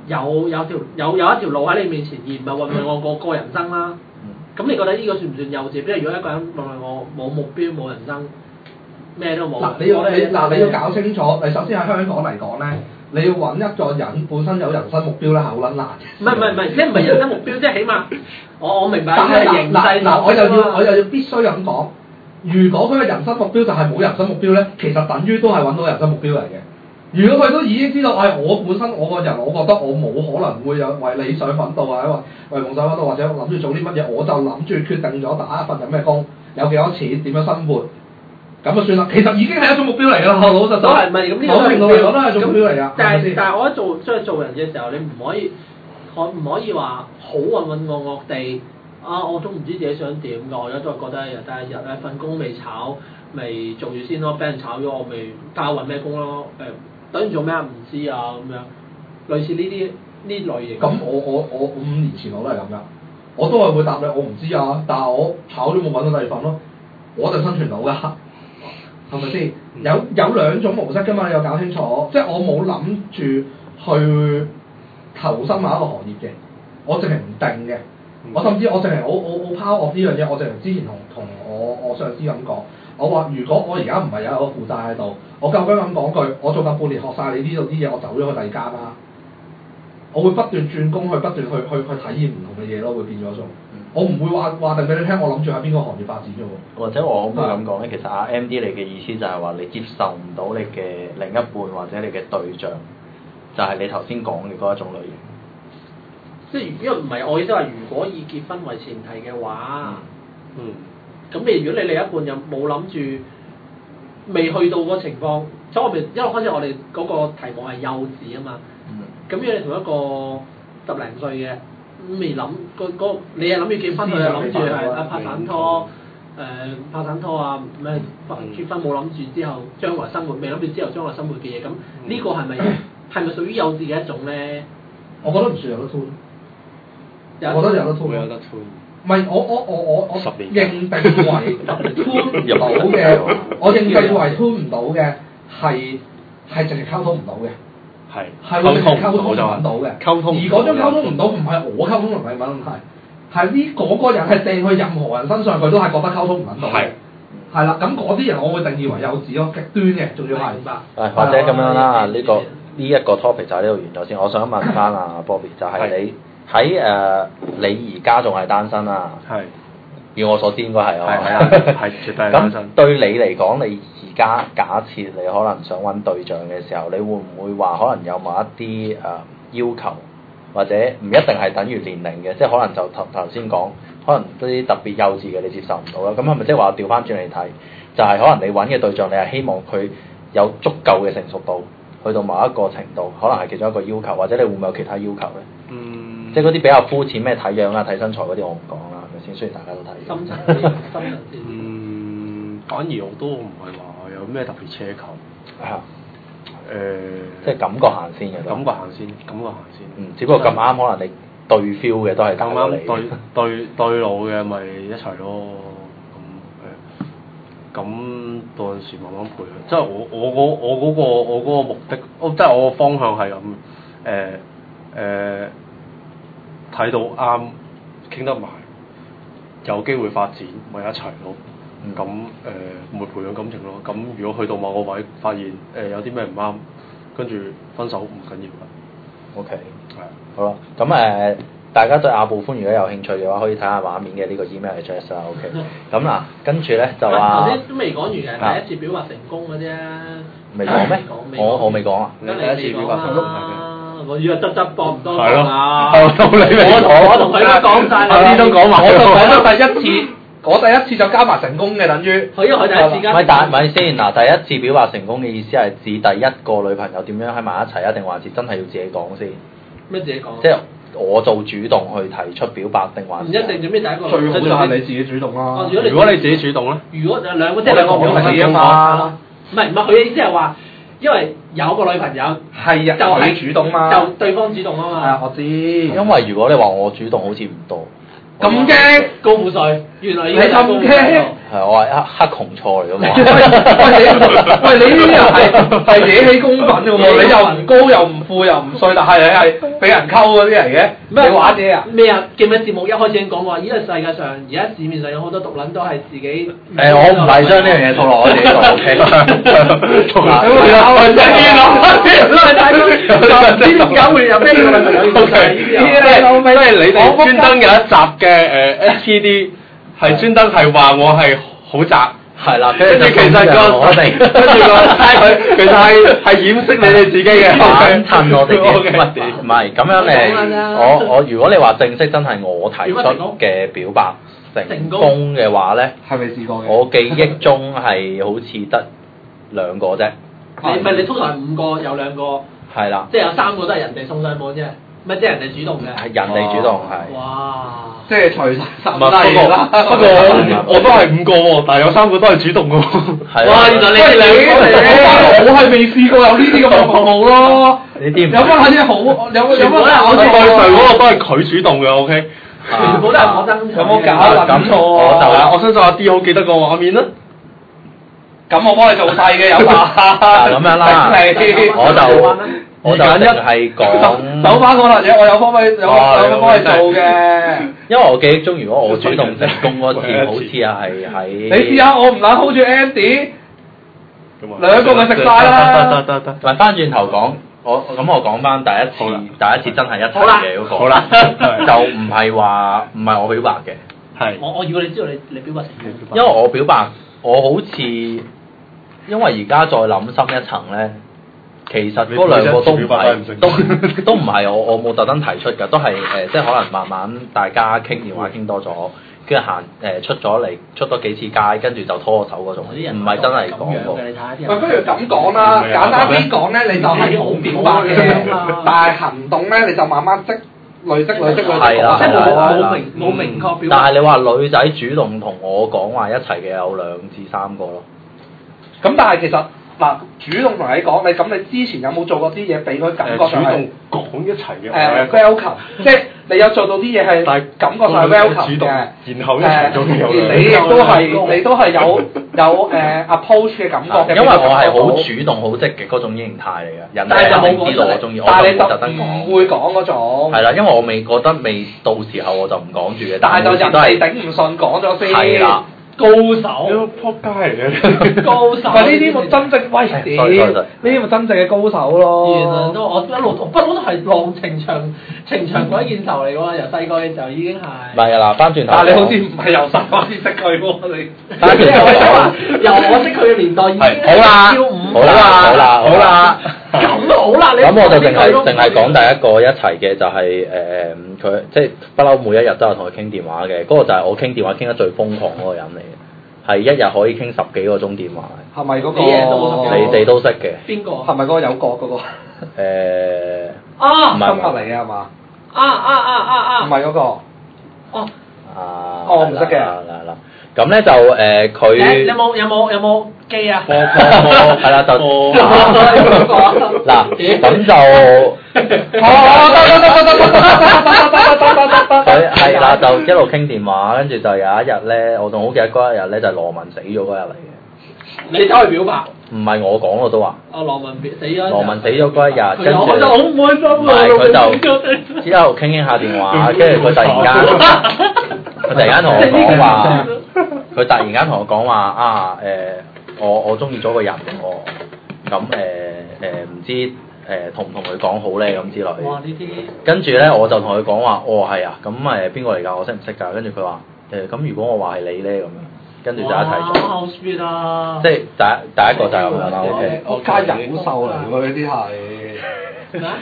有有條有有一條路喺你面前，而唔係混混我個個人生啦。咁你覺得呢個算唔算幼稚？即係如果一個人混混我冇目標冇人生，咩都冇。
嗱，你要
我覺
你
得
嗱你要搞清楚，你首先喺香港嚟講咧，你要揾一個人本身有人生目標咧係好撚難嘅。
唔係唔係唔係，即係唔係人生目標，即係起碼我我明白
但
呢
係
個形
嗱
勢
嗱嗱，我又要我
又
又要必須咁講，如果佢嘅人生目標就係冇人生目標咧，其實等於都係揾到人生目標嚟嘅。如果佢都已經知道，唉、我本身我個人，我覺得我冇可能會有為理想奮鬥啊，為為夢想奮鬥，或者諗住做啲乜嘢，我就諗住決定咗打一份有咩工，有幾多錢，點樣生活，咁就算啦。其實已經係一種目標嚟㗎啦，老實
都係
講。
唔係咁呢個
某程度嚟講都
目
係一
標
種目標嚟㗎。
但係
係
但係我覺得做即係做人嘅時候，你唔可以可唔可以話好混混噩噩地啊？我都唔知自己想點㗎，我而家都係覺得日但係日咧份工未炒，咪做住先咯。俾人炒咗，我咪睇下揾咩工咯。誒、等於做咩啊？唔知啊咁樣，類似呢啲呢類型。
咁我我我五年前我都係咁噶，我都係會答你我唔知啊，但係我炒咗冇揾到第二份咯，我就生存到噶，係咪先？有有兩種模式噶嘛，你要搞清楚，即係我冇諗住去投身某一個行業嘅，我淨係唔定嘅，我甚至我淨係我我我拋我呢樣嘢，我淨係之前同同我我上司咁講。我話：如果我而家唔係有一個負債喺度，我夠姜咁講句，我做夠半年學晒你呢度啲嘢，我走咗去第二間啦。我會不斷轉工去不斷去去去體驗唔同嘅嘢咯，會變咗做。我唔會話話定俾你聽，我諗住喺邊個行業發展嘅喎。
或者我可唔可以咁講咧？其實 R M D 你嘅意思就係話你接受唔到你嘅另一半或者你嘅對象，就係、你頭先講嘅嗰一種類型。
即係因為唔係我意思話，如果以結婚為前提嘅話，
嗯
咁你如果你另一半又冇諗住未去到嗰個情況，所以我咪因為開始我哋嗰個題目係幼稚啊嘛。
嗯
咁如果你同一個十零歲嘅未諗個嗰你係諗住結婚，佢係諗住係啊拍散拖。
嗯
誒、拍散拖啊，咩結婚冇諗住之後將來生活，未諗住之後將來生活嘅嘢，咁
嗯
呢個係 咪係咪屬於幼稚嘅一種咧？
我覺得唔算有得通，
有
我覺得有得
會有
通。
得 t
唔係我我我我我
十
認定
年
為通
入
唔到
入
嘅
入，
我認定為通唔到嘅係係淨係溝通唔到嘅。
係
係我哋係溝通唔
我就話
到嘅，
溝通
而嗰種溝通唔到唔係我溝通能力問題，係呢嗰個人係掟去任何人身上，佢都係覺得溝通唔到嘅
係。
係啦，咁嗰啲人我會定義為幼稚咯，極端嘅，仲要係。啊
明白
誒或者咁樣啦，
嗯
呢、個呢一、個 topic 就喺呢度完咗先。我想問翻啊 Bobby，就係你喺誒、呃你而家仲係單身啊？
係
以我所知應該係啊，
係係 啊係絕對係單身
咁對你嚟講，你而家假設你可能想揾對象嘅時候，你會唔會話可能有某一啲誒、呃要求，或者唔一定係等於年齡嘅，即係可能就頭頭先講，可能啲特別幼稚嘅你接受唔到啦。咁係咪即係話調翻轉嚟睇，就係、可能你揾嘅對象，你係希望佢有足夠嘅成熟度，
去到某一個程度，可能係其中一個要求，或者你會唔會有其他要求咧？
嗯，
即係嗰啲比較膚淺咩睇樣啊、睇身材嗰啲，我唔講啦，係咪先？雖然大家都睇。
深層啲，深層啲。
嗯，反而我都唔係話有咩特別奢求，
係啊，
誒、
即係感覺行先嘅。
感覺。行先，感覺行先。
嗯，只不過咁啱，可能你對 feel 嘅都係
咁
大過你
啱對對對路嘅咪一齊咯，咁誒，咁到陣時慢慢培養。即係我我嗰我嗰、個我嗰個目的，哦我即係我個方向係咁誒誒，睇、到啱傾得埋，有機會發展咪一齊咯。
嗯
咁誒咪培養感情咯。咁如果去到某個位發現誒、有啲咩唔啱，跟住分手唔緊 要㗎，
OK。
係啊。
好啦，咁誒、呃大家對亞部歡如果有興趣嘅話，可以睇下畫面嘅呢個 email address 啦。OK，咁嗱，跟住咧就
啊
話
頭先都未講完
啊
嘅，第一次表白成功嘅啫。
未 講咩我我未講啊
得你
你第一
未
次
講
表白成功
啦。我以為執執搏唔多
係
講
咯
啊。
係到你未
我同
講
我同佢都講晒啦。
頭先都講埋
我
咗
就講 咗第一次，我第一次就加埋成功嘅，等於
佢因為佢第一次
唔
間。
係但咪先嗱，第一次表白成功嘅意思係指第一個女朋友點樣喺埋一齊，一定還是真係要自己講先？
咩自己講？
即係我做主動去提出表白，定還
唔
是
一定做咩第一個
最好就係你自己主動
哦
啦。
如果
如果你自己主動咧？
如果兩個即係兩個唔
我
同
哋講緊自己啊
嘅
嘛
唔係唔係，佢嘅意思係話，因為有個女朋友，
係啊，啊
就係
你主動嘛。
就對方主動
係啊
啊，嘛。
我知。
因為如果你話我主動，好似唔多，
咁驚，
高富帥，原來已經
你咁
高富
驚
帥喎
係我係黑黑窮錯嚟嘅
喂喂 你
嘛。
喂你呢啲係係惹起公憤嘅喎，你又唔高又唔富又唔衰，但係你係俾人溝嗰啲嚟嘅，你玩嘢啊？
咩啊？記唔記得節目一開始已經講過？而家世界上而家市面上有好多毒撚都係自己。
誒，我唔係將呢樣嘢套落我自己度，OK？嗱
啊 啊
專登有一集嘅呃誒 SPD 係專登係話我係好宅。
係啦，
跟
跟
住
住
其實個
我哋
跟住個 佢其實係係掩飾你哋自己 嘅
反襯我哋嘅，
OK
唔係咁樣
講啦
誒。我我如果你話正式真係我提
如果成功
出嘅表白成功嘅話咧，
係咪試過嘅？
我記憶中係好似得兩個啫，
你唔係你通常係五個有兩個，
係啦，
即係有三個都係人哋送上門啫，唔係即係人哋主動嘅。
係人啊哋主動係。
哇！
即係除晒衫
唔係
低啦。
不過不過我我都係五個喎，但係有三個都係主動嘅喎。
係啊
哇！原來你哋兩個嚟
我係未試過有呢啲咁嘅服務咯。
你知唔知
有乜撚嘢好？有有乜
我
好啊
對上嗰個都係佢主動嘅，OK。
全部都係我爭取嘅
有冇搞啊
咁
諗錯啊
我就
我相信阿 D 好記得個畫面啦。
咁我幫你做晒嘅有嘛？
嗱咁樣啦 我就我就淨係講
手把嗰兩嘢，我有幫你有有幫你做嘅。
因為我記憶中，如果我主動成功嗰次，好似係喺
你試下我唔撚 hold 住 Andy，兩
啊
個咪食晒啦
得得得得。
咪翻轉頭講，我咁我講翻第一
好啦
次，第一次真係一齊
好啦
嘅嗰個，
好啦
就唔係話唔係我表白嘅，
係。
我我以為你知道你你表白成功。
因為我表白我好似，因為而家再諗深一層咧，其實嗰兩個都唔
你本身自
係
己表白都係唔成
都都唔係我我冇特登提出㗎，都係誒、即係可能慢慢大家傾電話傾多咗。跟住行誒出咗嚟，出多幾次街，跟住就拖我手嗰種，
嗰啲人
唔係真係講
咁樣
過
嘅，。你睇下啲
喂，
人。啊
不如咁講啦，簡單啲講咧，你就係好表白嘅，但係行動咧，你就慢慢積累積累積累積。
係啦
即係
係啦係
冇
啦
冇明冇明確表
但係
白。
你話女仔主動同我講話一齊嘅有兩至三個咯，
咁但係其實嗱，主動同你講，你咁你之前有冇做過啲嘢俾佢感
誒
覺上係
主動講一齊嘅，
誒
係啊
welcome，即係你有做到啲嘢係
但係
感覺上係
嗰個女
welcome
主動
嘅。
然後一齊做有
誒
兩
你亦都
有
係
兩
你都係有有誒 approach 嘅感覺嘅，
啊
啊
因為我係好主動好積極嗰種形態嚟嘅，人
但係
哋
就
肯
冇
定
講
知道
出嚟
我中意，我
但係
就
你
冇特登
就唔
講。
會講嗰種
係，啦，因為我未覺得未到時候我就唔講住嘅，
但係就
每次
人
都
哋
係
頂唔順講咗先。
係啦，
高
你個
手，
撲街 嚟嘅，
高手。
喂，呢啲 咪真正喂
哎
屌，
sorry，sorry，
呢
sorry
啲咪真正嘅高手
原來都
咯。
我一路我不嬲都係浪情 長情長鬼見愁嚟喎，由細個嘅時候已經係
唔。係啊嗱，翻轉頭
但係
講，
你好似唔係由細開始識佢喎，你
翻
即
轉
係
頭
我想話
講，
由我識佢嘅年代已經
係好啦
跳舞，
好啦，好啦，好啦。
咁好啦，你
咁我就淨係
呢個都唔
淨係講第一個一齊嘅就係誒佢即係不嬲每一日都有同佢傾電話嘅，嗰、個就係我傾電話傾得最瘋狂嗰個人嚟嘅，係一日可以傾十幾個鐘電話，
係咪嗰個？
你贏到我
哦
十幾
你哋都識嘅。
邊個
係
啊？
咪嗰個有角嗰個？
誒，唔
啊
係
今日嚟嘅係嘛？
啊啊啊
唔
啊啊！
係嗰個。
哦，
啊，
我唔識嘅
嗱嗱嗱咁咧就誒
你你
佢
有冇有冇有冇機啊？
係啦，就 嗱咁就。
哦，得得得得得得得得得得得
佢係啦，就一路傾電話，跟住就有一日咧，我仲好記得嗰一日咧就係羅文死咗嗰日嚟嘅，
你走去表白，
唔係我講我都話，
阿羅文死咗。
羅文死咗嗰一日，跟
係啊我真係好
住
唔開心啊！
唔係佢就
羅文死咗
之後傾傾下電話，跟住佢突然間，佢突然間同我講話，佢突然間同我講話啊誒、我我中意咗個人喎，咁誒誒唔知誒、同唔同佢講好咧咁之類。
哇！呢啲
跟住咧，我就同佢講話，哦係啊，咁誒邊個嚟㗎？我識唔識㗎？跟住佢話誒，咁、如果我話係你咧咁樣，跟住就一齊
哇
做，
好 sweet 啊！
即係第一第一個就係咁樣啦。OK，
我家有秀嚟喎，呢啲係
咩啊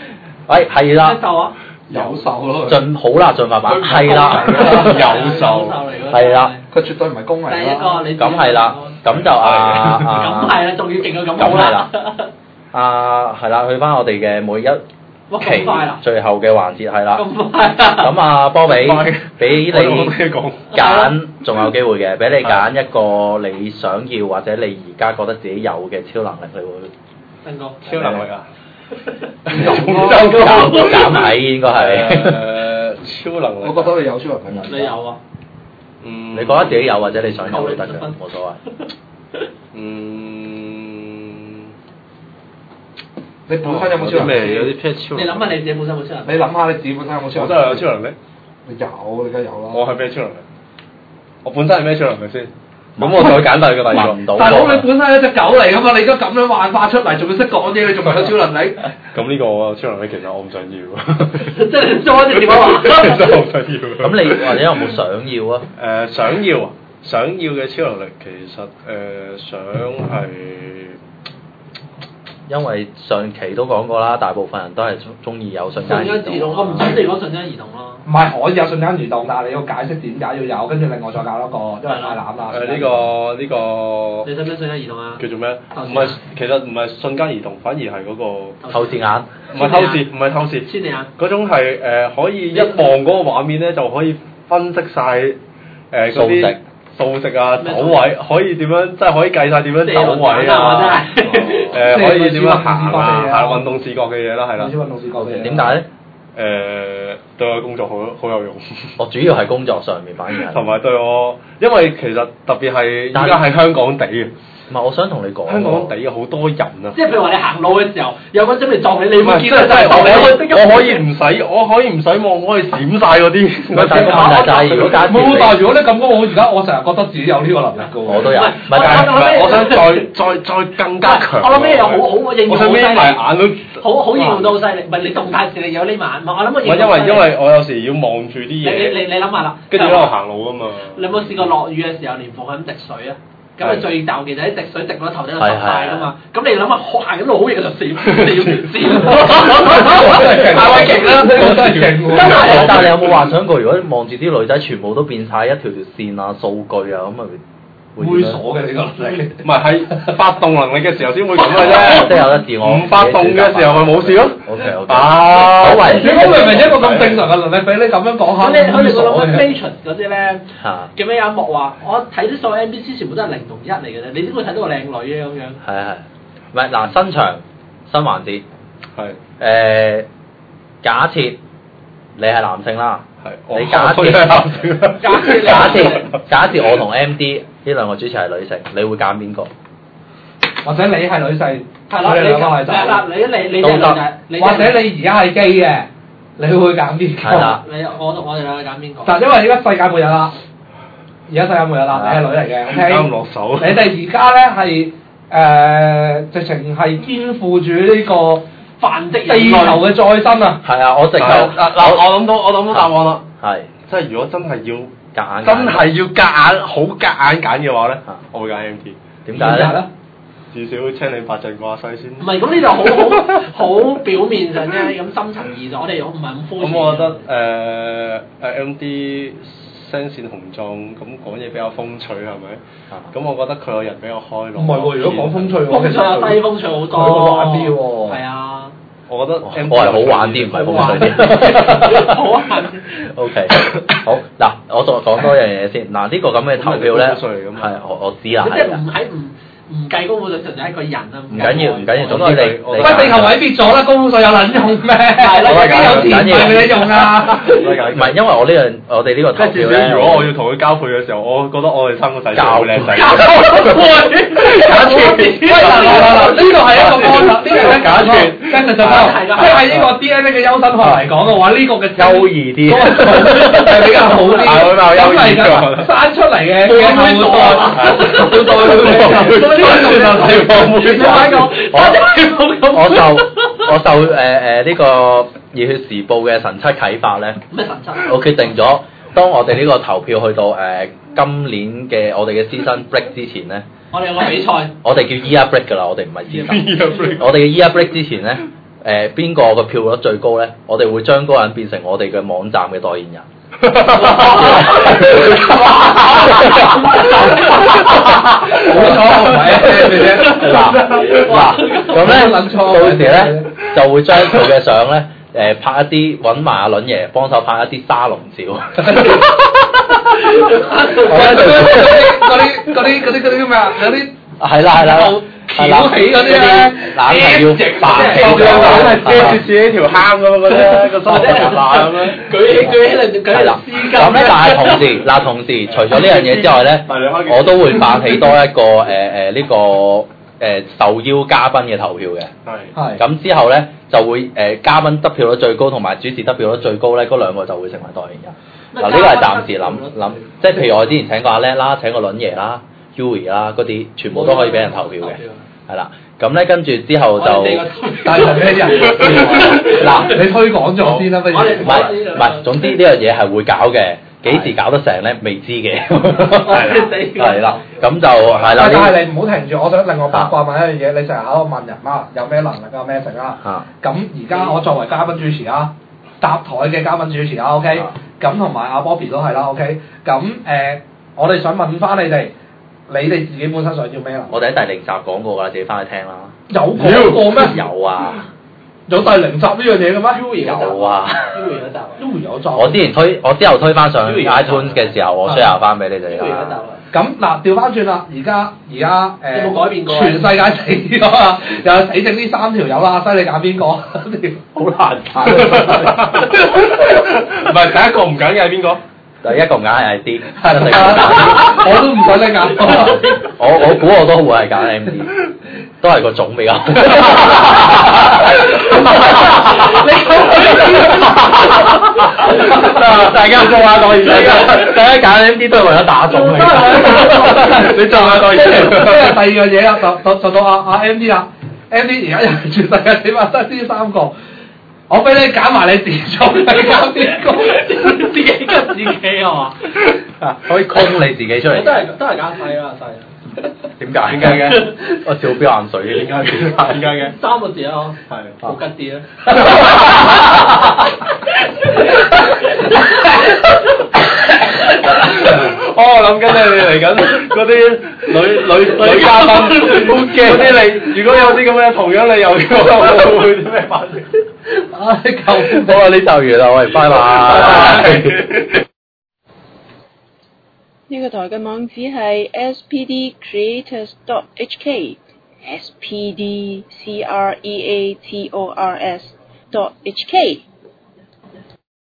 誒係
咩
啦，
秀啊？
有秀咯。
進好啦，進化版
佢唔
係啦，
有
秀嚟㗎
係啦，
佢絕對唔係公嚟
第一
啦
個。你
咁係啦，咁就啊
咁
啊
係啦，仲要勁到咁
咁
好
係
啦
啦。啊係啦，去翻我哋嘅每一
哇！咁快啦
期，最後嘅環節係啦。
咁快啦！
咁啊，波比
唔該，
俾你
我冇咩講
揀，仲有機會嘅，俾你揀一個你想要或者你而家覺得自己有嘅超能力，你會
新哥，
超能力啊！
減減矮應該係。
誒，超能力。啊
我覺得你有超人佢
你有啊？
嗯，
你覺得自己有或者你想
嗯
有都得嘅，冇所謂。
嗯，
你本身有冇超
啲
能
咩？
力？
有啲咩超
你
能力？
諗下你自己本身有冇超能
你
力？
諗下你自己本身有冇超
我
能力？
真係有超能力。
你有，你梗係有啦。
我係咩超能力？我本身係咩超能力先？咁我再揀第二個第二
聞唔
個。
到
大佬，
過
你本身係一隻狗嚟噶嘛？你而家咁樣幻化出嚟，仲要識講嘢，你仲話有超能力？
咁呢個我超能力其實我唔想要。
即係你裝隻電話話。
其實我唔想要。
咁你或者有冇想要啊？
誒、想要啊，想要嘅超能力其實誒、想係
因為上期都講過啦，大部分人都係中意有瞬間
瞬間移
移
動，
動。
我唔準你講瞬間移動咯。
唔係可以有瞬間移動，但係你要解釋點解要有，跟住另外再搞一個，因為太濫啦。
誒呢個呢個
你使唔使瞬間移動啊？
叫做咩？
透視
唔係其實唔係瞬間移動，反而係嗰、個唔
透視眼，
係透視，唔係透視，
千里眼。
嗰種係、誒可以一望嗰個畫面咧就可以分析晒誒嗰
數
啲
值
數值啊、
咩
走位，可以點樣即係可以計晒點樣走位啊
我，真係。
誒、可以點樣行啊、行運動視覺嘅嘢啦，係啦
唔知。運動試過
啊
嘅。
點解咧？
誒、對我工作好好有用，
我主要係工作上面，反而係啊
同。埋對我，因為其實特別係而家喺香港地啊，
唔係，我想同你講喎。
香港地好多人啊。
即係譬如話你行路嘅時候，有個準備撞你，你
唔係
會
即
見到就
係即係
係
我
撞你
可
會
以
即刻
我可以唔使，我可以唔使望，我可以閃晒嗰啲。
唔係但係個問題就係，如果假設
冇，但係
你
如果你咁講，我而家我成日覺得自己有呢個能力嘅喎。
我都有，唔
我
係但係
唔係我想再再再更加強。
我諗呢樣好好我認
我想
好犀利
眯埋眼都。
好好應用到好犀利，唔係你動態視力有呢晚，唔係我諗我
唔
應用到犀
係因為
利
因為我有時要望住啲
你你你
嘢，
你諗下啦，
跟住一路行路啊嘛。
你有冇試過 落雨嘅時候，連房係咁滴水啊？咁
係
你最就其實啲滴水滴到頭頂度濕
係
晒㗎
係
嘛。咁你諗下，學行緊路好嘢就閃閃閃，
大
大
位
位
勁
勁
啦，
啦！
真係勁
但係啊但係你有冇幻想過，如果望住啲女仔全部都變晒一條條線啊、數據啊，咁咪
猥
會會
瑣
點咧？
嘅呢個能 力。
唔係喺發動能力嘅時候先會咁嘅啫，
即係有得自我
唔發動嘅時候咪冇事咯。
OK，OK
啊，
好為
你講明明一個咁正常嘅能力，俾你咁樣講下，
咁你佢哋
猥
個諗緊
瑣嘅。
Matrix 嗰啲咧
嚇，
咁樣有一幕話，我睇啲所有 NPC 全部都係零同一嚟嘅啫，你點會睇到個靚女啊嘅咁樣？
係係，唔係嗱新場新環節，
係
誒假設你係男性啦，
係，我
你假
我都係男
設
性
假設假設假設我同 M D 呢兩個主持係女性，你會揀邊個？
或者你係女性，
係啦，
我哋
你
兩個係
係啦，
仔，
你你你哋兩個係你哋兩
或
個
者你而家係基嘅，你會揀邊個？
係啦
你我同我哋兩個揀邊個？
但因為而家世界末日啦，而家世界末日啦，你係女嚟嘅，OK？
啊啱落手
你哋而家咧係誒，直情係肩負住呢個
繁殖人
地球
類
嘅再生啊！
係啊，我直
係
頭
嗱嗱，我諗到我諗到答案啦，
係
即係如果真係要
夾硬揀
真係要夾硬好夾硬揀嘅話咧
啊，
我會揀 M T，
點解咧？？
至少青你八陣掛西先。
唔係咁呢度好好好表面上啊啫，咁深層意就我哋唔係咁膚淺。
咁我覺得誒誒 M D 聲線雄壯，咁講嘢比較風趣係咪
啊？
咁我覺得佢個人比較開
唔
朗。
係喎，如果講風趣喎，
風
其
趣
實
啊，
佢
低風趣好多，
佢好玩啲喎。
係啊，
我覺得
我
M
係好玩啲，唔係風水 啲。
好玩。
O K，好嗱，我再講多樣嘢先。嗱，呢個咁嘅投票咧，
咁咪高水嚟㗎嘛
係我我知啦，
即係
係啊
唔喺唔唔計高富帥，純粹係一個人啊。
唔緊要，唔緊要，總之你
我
你
喂，
都
地球毀滅咗啦，高富帥有撚用咩？
係啦
邊有田米俾你用 啊？
唔係因為我呢樣我哋呢個
即係啊
投票
至
咧，
少如果我要同佢交配嘅時候，我覺得我哋三個仔都好靚仔。
假
喂
設
嗱嗱嗱嗱，呢個係一個安呢個係一個
假設
真實就講，即係喺呢個 DNA 嘅優生學嚟講嘅話，呢個嘅
優異 啲
係比較好啲。
係會有優 異啲
咁嚟緊生出嚟嘅嘅後代，後代會比較好所以呢個就係
我我我受我受誒誒呢個《熱血時報》嘅神七啟發咧，
咩神質？
我決定咗，當我哋呢個投票去到誒今年嘅我哋嘅 season break 之前咧，
我哋有個比 賽，
我哋叫 year break 㗎啦，我哋唔係 season。我哋嘅 year break 之前咧，誒邊個個票率最高咧？我哋會將嗰個人變成我哋嘅網站嘅代言人。
冇錯，唔係啊，
嗱嗱，咁咧
諗錯
到時咧就會將佢嘅相咧誒拍一啲揾埋阿倫爺幫手拍一啲沙龍照，
嗰啲嗰啲嗰啲嗰啲叫咩啊？嗰啲。
係啦係啦，係啦
翹起嗰啲咧
懶係要扮起
即係
咗，
當
遮住自己條坑咁樣嗰啲，個心
啊
好大咁樣。
舉起舉起嚟舉
係
起
啦
嚟，私交
咁咧，但係同 時嗱，同時除咗呢樣嘢之外咧
但係你開，幾
我都會發起多一個誒誒呢個誒受邀嘉賓嘅投票嘅。
係。
係
咁之後咧就會誒、呃嘉賓得票率最高同埋主持得票率最高咧，嗰兩個就會成為代言人。嗱，呢個係暫時諗諗，即係譬如我之前請過阿叻啦，請過倫爺啦、Yui 啦嗰啲，全部都可以俾人投票嘅，係啦。咁咧跟住之後
我
就
哋四個投票
唔
但係 咩人？
嗱
你推廣咗先啦，不如
我哋
係唔係，總之呢樣嘢係會搞嘅，幾時搞得成咧未知嘅，
哋四個
係啦，咁就係啦
但
呢。啊
係你唔好停住，我想令我八卦問一樣嘢，你成日喺度問人啦，有咩能力啊，咩成啊？
啊
咁而家我作為嘉賓主持啊，搭台嘅嘉賓主持啊，OK，
啊
咁同埋阿 Bobby 都係啦，OK，咁誒，我哋想問翻你哋，你哋自己本身想要咩能力？
我哋喺第零集講過㗎啦，自己翻去聽啦。
有講過咩？
有啊，
有第零集呢樣嘢嘅咩
，Uri 嗰集
有啊。
，Uri 嗰集啊
？Uri 有集。
我之前推，我之後推翻上
呢個原則
iTunes 嘅時候，我
係
share 翻俾你
，Uri
哋
嗰集
啦。
啊。
咁嗱，調翻轉啦，而家而家誒，
有冇改變過啊
全世界死咗啦，又有死剩呢三條友啦，犀利揀邊個？
啊
好難
唔係第一個唔緊嘅係邊個？
第一個唔揀係 D，
係
一定唔揀
啦， 我都唔想你揀。
我我估我都會係揀 M D，都係個種比較好。大家做下代言人，大家揀 M D 都係為咗打種嚟㗎。你做下代言
跟住
人。
第二樣嘢啦，就就就到阿阿 M D 啦，M D 而家又係全世界起碼得呢三個，我俾你揀埋你自己做，你揀邊個？
自己跟自己啊嘛，
可以 call 你自己出
我
嚟
都。係都係揀細啊
點解
點解嘅？
我笑飆眼水
點解嘅？點解嘅
細，？三個字啊，
係。
好吉啲啊，
哦，我諗緊你哋嚟緊嗰啲女女女嘉賓，嗰啲你如果有啲咁嘅，同樣你又要會啲咩反應？
唉，救命！
好啊，呢就完啦，喂，拜拜。
呢個台嘅網址係 spdcreators.hk E spdcreators.hk。